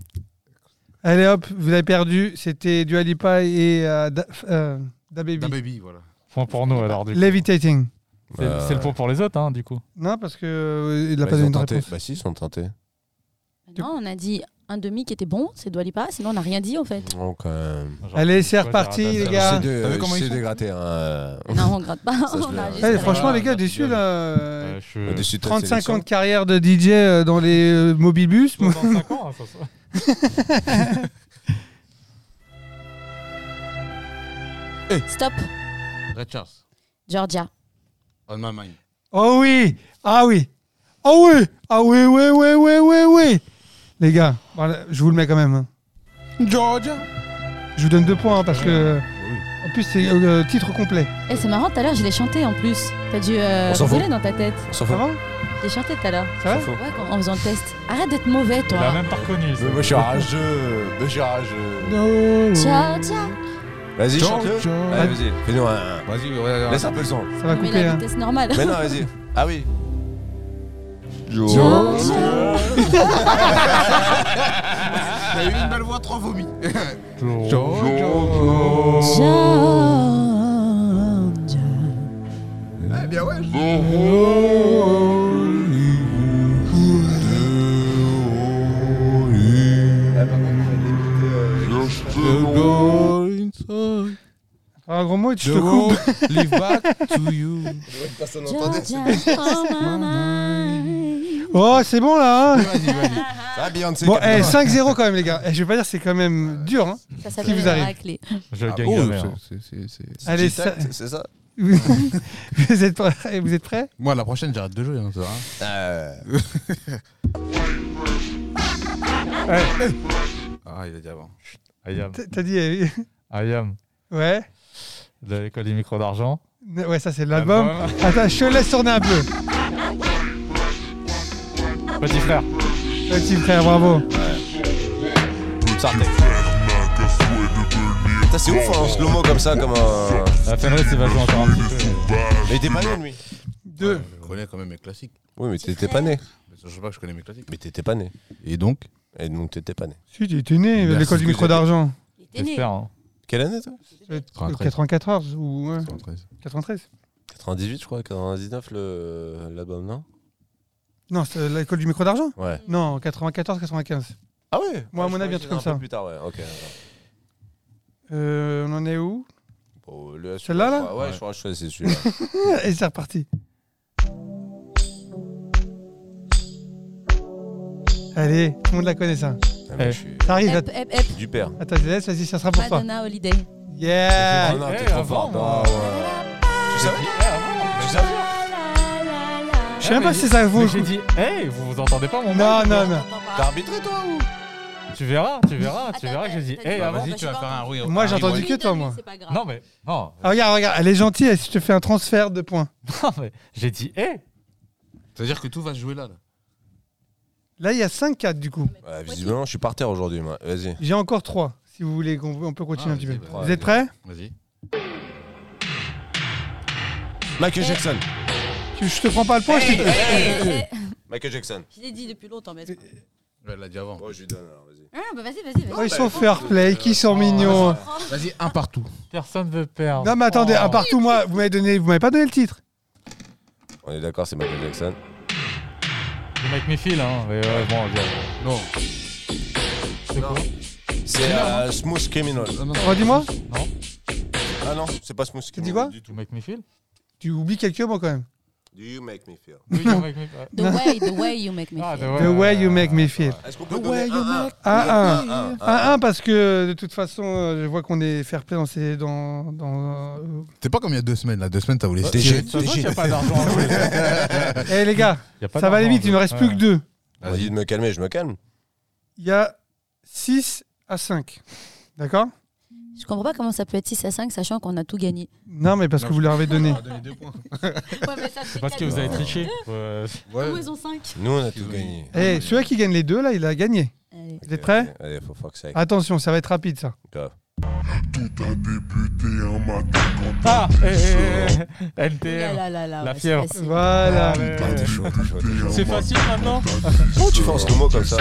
D: Allez hop, vous avez perdu. C'était Dua Lipa et euh, Da, euh, Da Baby.
E: Da Baby, voilà.
C: Point pour nous, alors. du coup.
D: Levitating.
C: C'est c'est le point pour les autres, hein, du coup.
D: Non, parce que euh, il
A: Euh, Bah,
D: a pas
A: ils
D: donné
A: ont
D: de
A: tenté.
D: réponse.
A: Bah, si, ils sont tentés.
B: Non, on a dit un demi qui était bon, c'est Dua Lipa, sinon on n'a rien dit en fait.
A: Bon, quand même.
C: Genre,
D: Allez, c'est
C: quoi,
D: reparti,
C: Zara
D: les
C: Dazza.
D: gars.
A: C'est de,
E: T'as vu comment
A: je
E: ils
A: sais
E: sont
A: dégratter. Hein.
B: Non, on gratte pas.
A: se
B: on a
A: voit.
B: juste
D: Allez,
B: la-
D: franchement, les gars,
C: Merci,
D: déçu
C: Yann.
D: là. euh,
C: Euh, je-
A: Au-dessus de ta
D: 35 ans
A: sélection.
D: de carrière de DJ euh, dans les euh, mobile bus.
C: 65 ans, hein, ça, ça.
B: Stop,
E: Red Charles.
B: Georgia.
E: On my mind.
D: Oh oui, ah oui, oh oui, ah oui, oui, oui, oui, oui, oui. Les gars, voilà, je vous le mets quand même. hein.
E: Georgia
D: Je vous donne deux points hein, parce que. En plus, c'est euh, le titre complet.
B: Eh, c'est marrant, tout à l'heure je l'ai chanté en plus. T'as dû euh,
A: On s'en
B: rigoler dans ta tête.
A: On s'en fout.
D: Avant
B: J'ai chanté tout à l'heure.
D: C'est vrai
A: Faux.
B: Ouais, quand- en faisant le test. Arrête d'être mauvais,
C: Tu l'as
B: toi.
C: même pas reconnu. ça.
A: Mais moi je suis rageux. Mais je suis rageux.
B: Ciao, ciao.
A: Vas-y,
E: Ciao,
A: chante-le.
E: ciao.
A: Allez, vas-y. Fais-nous un.
E: Vas-y, ouais, ouais, ouais.
A: Laisse un peu le son.
D: Ça va
B: Mais
D: couper.
B: la
D: hein.
B: vitesse normale.
A: Mais non, vas-y. Ah oui.
B: Ciao,
E: T'as eu une belle voix, trois vomis.
B: ciao, ciao.
D: Un gros mot, et tu te coupes.
E: Leave back to you.
A: Personne
D: Oh, c'est bon là. hein
E: Vas-y, vas-y.
A: Ça va, Beyoncé.
D: bon,
A: calme-toi.
D: eh, 5-0 quand même, les gars. Eh, je vais pas dire, c'est quand même dur. Hein.
B: Ça
D: Qui
B: s'appelle
D: vous
B: la
D: arrive
B: raclée.
C: Je
E: Ah,
C: gagne
E: oh,
C: la merde.
E: c'est- c'est- c'est- c'est-
D: Allez, ça-
A: Tic-tac, c'est ça
D: vous êtes prêts Eh, Vous êtes prêts
E: Moi, la prochaine, j'arrête de jouer. hein, ça, hein.
A: Euh,
E: Ah, il a dit avant.
C: Ayam.
D: T- T'as dit. euh,
C: Ayam.
D: ouais.
C: De l'école des micros d'argent.
D: Ouais, ça c'est l'album. Attends, je te laisse tourner un peu.
C: Petit frère.
D: Petit frère, bravo.
A: Sartek. Putain, c'est ouf hein, en slow-mo comme ça, comme un.
C: La Fenris, il va jouer encore un petit peu.
A: Mais il était pas né, lui.
D: Deux.
E: Je connais quand même mes classiques.
A: Oui, mais t'étais pas né.
E: Mais ça, Je sais pas que je connais mes classiques.
A: Mais t'étais pas né.
E: Et donc
A: Et donc t'étais pas né.
D: Si, tu étais né,
E: Merci,
D: l'école du
E: ce que
D: micro
E: j'ai-
D: d'argent.
B: Il était né.
C: J'espère. hein.
A: Quelle année, toi
D: Euh,
E: 93.
D: 94 ou ouais,
E: 73.
D: 93
A: 98, je crois, 99, le- l'album, non
D: Non, c'est l'école du micro d'argent
A: Ouais.
D: Non, 94-95.
A: Ah ouais
D: Moi, à
A: je
D: mon avis,
A: croyais que
D: un truc
A: c'était
D: comme
A: peu
D: ça.
A: plus tard, ouais, ok.
D: Euh, on en est où
A: Bon, le-
D: Celle-là, là
A: Ouais, ouais, je crois que je choisis celui-là.
D: Et Eh, c'est reparti. Allez, tout le monde la connaît ça.
A: Ah, mais
C: Eh.
A: je suis-
D: Ça arrive.
B: Hep,
D: att-
B: hep, hep.
A: Du père.
D: Attends, je te laisse, vas-y, ça sera pour toi.
B: Madonna Holiday.
A: Ah
D: Yeah
A: non,
C: eh,
A: t'es trop fort.
C: avant, moi.
A: Ah ouais. Tu savais Tu savais
E: Ah,
D: Je sais même pas si c'est ça vaut.
C: Eh, Mais J'ai dit, hey, vous vous entendez pas, mon
D: Non,
C: mec
D: non, non.
A: T'as arbitré, toi ou
C: Tu verras, tu verras, tu verras que j'ai dit,
B: Attends,
C: hey,
E: Bah,
B: attends,
C: avant.
B: vas-y, tu vas faire un
E: oui.
D: Moi, j'ai entendu que
B: Oui,
D: toi,
B: de lui,
D: moi.
B: c'est pas grave.
C: Non, mais, non,
D: Ah, regarde, regarde, elle est gentille, elle, si je te fais un transfert de points.
C: non, mais j'ai dit, hey.
E: C'est-à-dire que tout va se jouer là. là.
D: Là, il y a 5-4 du coup.
A: Ouais, Visiblement, je suis par terre aujourd'hui, moi. Vas-y.
D: J'ai encore 3, si vous voulez, qu'on on peut continuer
E: Ah,
D: un petit
E: vas-y,
D: peu.
E: vas-y.
D: Vous êtes prêts
E: Vas-y.
A: Michael Jackson.
D: Tu- Je te prends pas le point, je te-
B: Eh, eh,
A: Michael Jackson.
B: Je l'ai dit depuis longtemps, mais.
E: Elle l'a dit avant.
A: Bon, je lui donne alors, vas-y.
B: Ah, bah vas-y, vas-y,
D: Oh,
B: vas-y.
D: ils sont fair play, qui sont mignons.
E: Vas-y, un partout.
C: Personne veut perdre.
D: Non mais attendez,
C: Oh.
D: à part tout moi, vous m'avez donné, vous m'avez pas donné le titre.
A: On est d'accord, c'est Michael Jackson.
C: Le mec mes fils, hein. Mais ouais, bon, je-
E: Non.
C: c'est quoi
A: C'est euh, Smooth Criminal.
E: non, non.
D: Redis-moi,
C: Non,
A: Ah non, c'est pas Smooth
D: dis
A: Criminal.
D: quoi
A: Du
C: tout
A: tout.
C: mec mes fils.
D: tu oublies quelques mots quand même.
A: Do you make me feel
C: Oui, le mec mes
B: The way, the way you make me
C: Ah,
B: feel.
D: The way you make me feel.
A: Est-ce qu'on peut donner un,
D: Ah, un.
A: un, un,
D: Ah, un, parce que de toute façon, euh, je vois qu'on est fair play dans ces. Dans, dans, euh,
E: C'est pas comme il y a deux semaines là. Deux semaines, t'as voulu.
A: T'es
E: tirer.
A: jeune.
C: Ça se voit qu'il n'y a pas d'argent. hein. à jouer.
D: Eh les gars,
C: Il y a pas
D: ça va aller
C: d'argent à
D: vite, il ne
C: jouer.
D: reste plus que
C: Ouais.
D: deux.
A: On m'a dit de me calmer, je me calme.
D: Il y a 6 à 5. D'accord
B: Je comprends pas comment ça peut être 6 à 5, sachant qu'on a tout gagné.
D: Non, mais parce que vous leur avez donné.
B: Ouais, mais ça,
C: C'est parce que vous avez triché. Ouais.
B: Nous, ils ont 5.
A: Nous, on a tout gagné.
D: Eh, celui qui gagne les deux, là, il a gagné.
B: Allez.
D: Vous êtes prêts
A: Allez, faut fuck ça.
D: Attention, ça va être rapide ça.
A: Grave.
I: Tout a débuté un matin quand
C: Ah, eh, eh, eh,
B: Oh là
C: NTM.
B: là là là,
C: La
B: ouais,
C: fièvre.
B: c'est facile.
D: Voilà.
A: Ah, t'es chaud, t'es chaud, t'es chaud.
C: C'est facile maintenant.
A: Pourquoi tu fais en slow-mo comme ça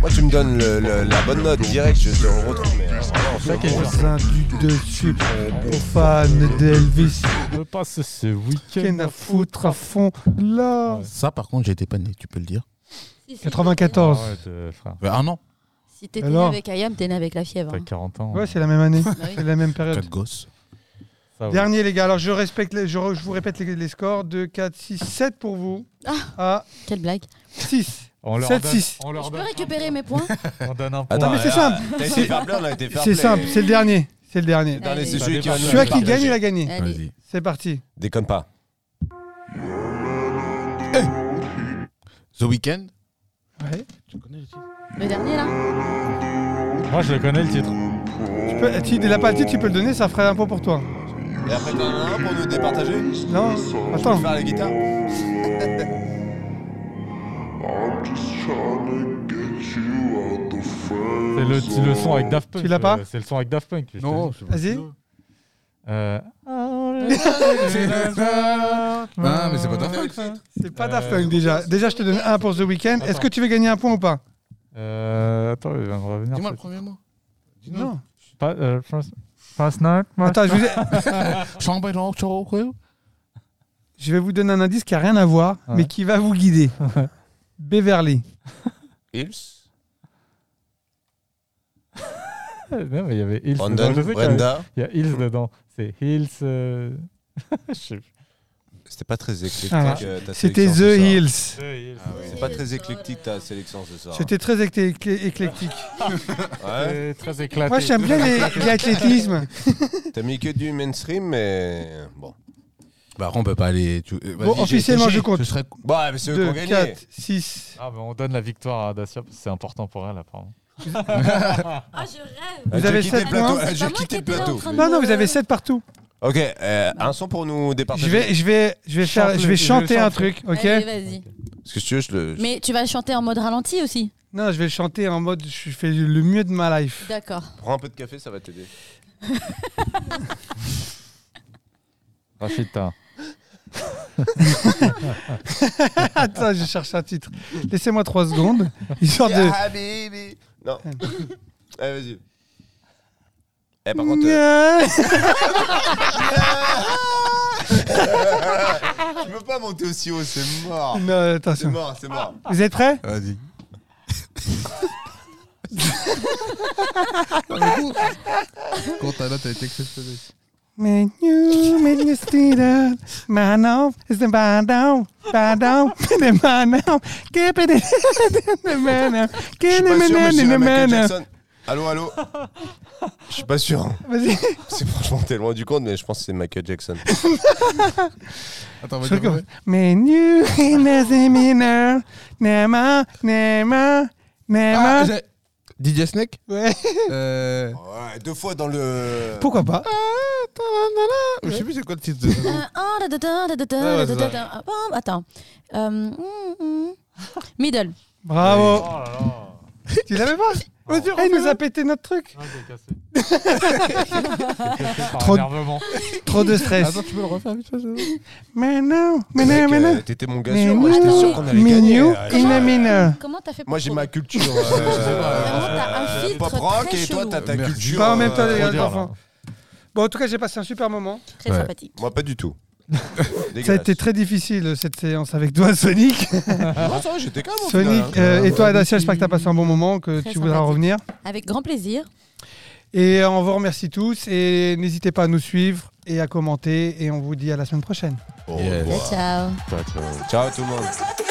A: Moi, tu me donnes le- le- la bonne note direct, je te retrouve. Mais, euh, vraiment, en
C: Ça qui est
A: slow-mo,
C: dur.
D: Un du dessus pour fan d'Elvis.
C: Je passe ce
D: Qu'en
C: week-end.
D: à foutre à fond là.
E: Ça, par contre, j'étais pas né, tu peux le dire.
B: Si, si,
D: 94.
C: Arrête, euh, frère.
E: Ouais, un an.
B: Si t'es né
D: Alors
B: avec Ayam, t'es né avec la fièvre.
C: T'as
B: hein.
C: 40 ans.
D: Ouais, c'est la même année.
B: Bah oui.
D: C'est la même période.
E: Quatre gosses.
C: Ça va.
D: Dernier, les gars. Alors, je, respecte les- je, re- je vous répète les, les scores 2, 4, 6, 7 pour vous. À
B: Quelle blague.
D: 6.
C: On leur
D: 7,
C: donne-
D: 6.
C: On
B: Je
C: leur
B: peux
C: donne
B: récupérer mes points
C: on donne un point.
A: Attends,
D: mais c'est
A: euh,
D: simple.
A: T'as été fair play, on a été fair
D: C'est
A: play.
D: simple, c'est le dernier. C'est le dernier.
A: Le dernier, c'est
B: Allez.
A: celui qui va nous
D: Celui qui
A: partager.
D: gagne, il a gagné.
B: Allez.
E: Vas-y.
D: C'est parti.
A: Déconne pas.
E: The Weeknd.
D: Ouais.
E: Tu connais le titre
B: Le dernier là
C: Moi, je le connais le titre.
D: Tu peux, si il l'a pas dit, tu peux le donner, ça ferait un pot pour toi.
A: Et après, t'en as un pour nous départager
D: Non Attends.
A: Faire la guitare
C: C'est le, le son avec Daft Punk.
D: Tu l'as pas
C: euh, C'est le son avec Daft Punk. je te
E: Non,
C: dis.
E: c'est pas-
D: Vas-y.
C: Euh,
E: Ah, mais c'est pas Daft Punk, ça.
D: C'est pas
C: Euh,
D: Daft Punk déjà. Déjà, je te donne un pour The Weeknd. Est-ce
C: Attends.
D: que tu veux gagner un point ou pas
C: euh, attends, il va me revenir.
E: Dis-moi le
C: ça.
E: premier mot. Dis-nous.
D: Non.
C: Pas, euh, first, first night, my-
D: Attends, je, vous ai-
E: Chambé dans le choro, quoi.
D: je vais vous donner un indice qui a rien à voir,
C: Ouais.
D: mais qui va vous guider. Beverly.
A: Hills,
C: Non, mais il y avait Hills
A: Brandon,
C: dedans. Je sais qu'il y a-
A: Brenda.
C: Il y a Hills dedans. C'est Hills. euh, je sais plus.
A: C'était pas très éclectique.
D: Ah,
A: euh, ta
D: C'était
A: sélection
D: The
A: ce soir.
D: Hills.
A: Ah oui. C'est pas très éclectique ta sélection ce soir.
D: C'était très éclé- éclé- éclectique.
A: Ouais.
C: C'est Très éclaté.
D: Moi, j'aime bien les- l'athlétisme.
A: T'as mis que du mainstream, mais bon.
E: Bah, on peut pas aller. tu- euh, vas-y,
D: Bon,
E: j'ai-
D: officiellement,
E: j'ai-
D: je compte.
E: Ce serait
A: Bah, mais c'est eux qui ont
D: 2,
A: gagné.
D: 4, 6.
C: Ah, mais on donne la victoire à Dacia parce que c'est important pour elle, apparemment.
B: Ah, je rêve.
A: Elle
D: Vous
A: a
D: avez
A: quitté le
D: sept
A: plateau.
D: points.
A: Elle a
B: C'est pas moi
A: quitté
B: qui
A: le
B: étais là en
A: plateau.
B: train de-
D: Non, non, vous avez 7 partout.
A: Ok, euh, un son pour nous départager.
D: Je vais, je vais, je vais, faire,
C: Chante-le,
D: je vais
C: je vais
D: chanter un
C: chanter.
D: truc, ok
B: Allez, vas-y.
A: Parce que si tu veux, je le.
B: Mais tu vas chanter en mode ralenti aussi
D: Non, je vais le chanter en mode je fais le mieux de ma life.
B: D'accord.
A: Prends un peu de café, ça va t'aider.
C: Rachita.
D: Attends, je cherche un titre. Laissez-moi 3 secondes. Histoire de.
A: Ah, baby. Non. Allez, vas-y. Eh, par contre. euh, tu peux pas monter aussi haut, c'est mort.
D: Non,
A: C'est
D: attention.
A: mort, c'est mort.
D: Vous êtes prêts
E: Vas-y. Quand t'as là, t'as été exceptionnel.
D: When you make me stand up, my name is the man down, man down, the man down, keep it in the man down,
A: Je suis
D: keep
A: pas sûr, mais c'est
D: it in
A: le
D: the man
A: Michael
D: down.
A: Jackson. Allô, allô Je suis pas sûr. hein.
D: Vas-y,
A: C'est franchement, t'es loin du compte, mais je pense que c'est Michael Jackson.
E: Attends,
D: je
E: vas-y.
D: recommence. When you in the seminar, nema, nema,
E: Ah,
A: Ah,
D: nema.
E: DJ Snake
D: Ouais.
E: euh...
A: Oh, Ouais, deux fois dans le.
D: Pourquoi pas
A: Ah,
E: Je sais plus c'est quoi le titre. de-
B: Euh, oh, da, da, da, da, da, da,
E: Ouais,
B: da,
E: ouais,
B: da,
E: c'est
B: da. Ah, bon, Attends. Euh, mm, mm. Middle.
A: Oh.
D: Bravo.
C: Oh là là.
D: Tu l'avais pas Eh, Il nous a pété notre truc.
C: Ah, j'ai cassé. J'ai cassé par
D: Trop-
C: énervement.
D: Trop de stress.
E: Attends, tu peux le refaire vite fait s'il te plaît
D: Mais non, mais
A: Mec,
D: non, mais
A: euh,
D: non.
A: T'étais mon gars
D: Mais
A: sûr, moi j'étais sûr qu'on allait
D: mais
A: gagner.
D: you
A: Euh,
D: in the minor.
B: Comment t'as fait pour
A: Moi j'ai ma
B: trouver
A: culture.
B: Vraiment,
A: euh,
B: t'as un filtre
A: Pop rock
B: très
A: et toi
B: chelou.
A: t'as ta
E: Merci.
A: culture.
D: Pas en même temps, les
A: euh,
D: gars,
C: trop
D: les
C: dur,
D: enfants. Bon, en tout cas, j'ai passé un super moment.
B: Très
E: Ouais.
B: sympathique.
A: Moi pas du tout.
D: Ça a été très difficile cette séance avec toi, Sonic.
A: Non, Ah, ça va, j'étais calme. au final,
D: Sonic,
A: hein.
D: euh, et toi, Adacia, j'espère que tu as passé un bon moment, que
B: Très
D: tu voudras
B: sympathique.
D: revenir.
B: Avec grand plaisir.
D: Et euh, on vous remercie tous. Et n'hésitez pas à nous suivre et à commenter. Et on vous dit à la semaine prochaine.
A: Au
E: Yes.
A: revoir.
B: Ciao.
A: Oh, euh, Ciao tout le monde.
G: Slap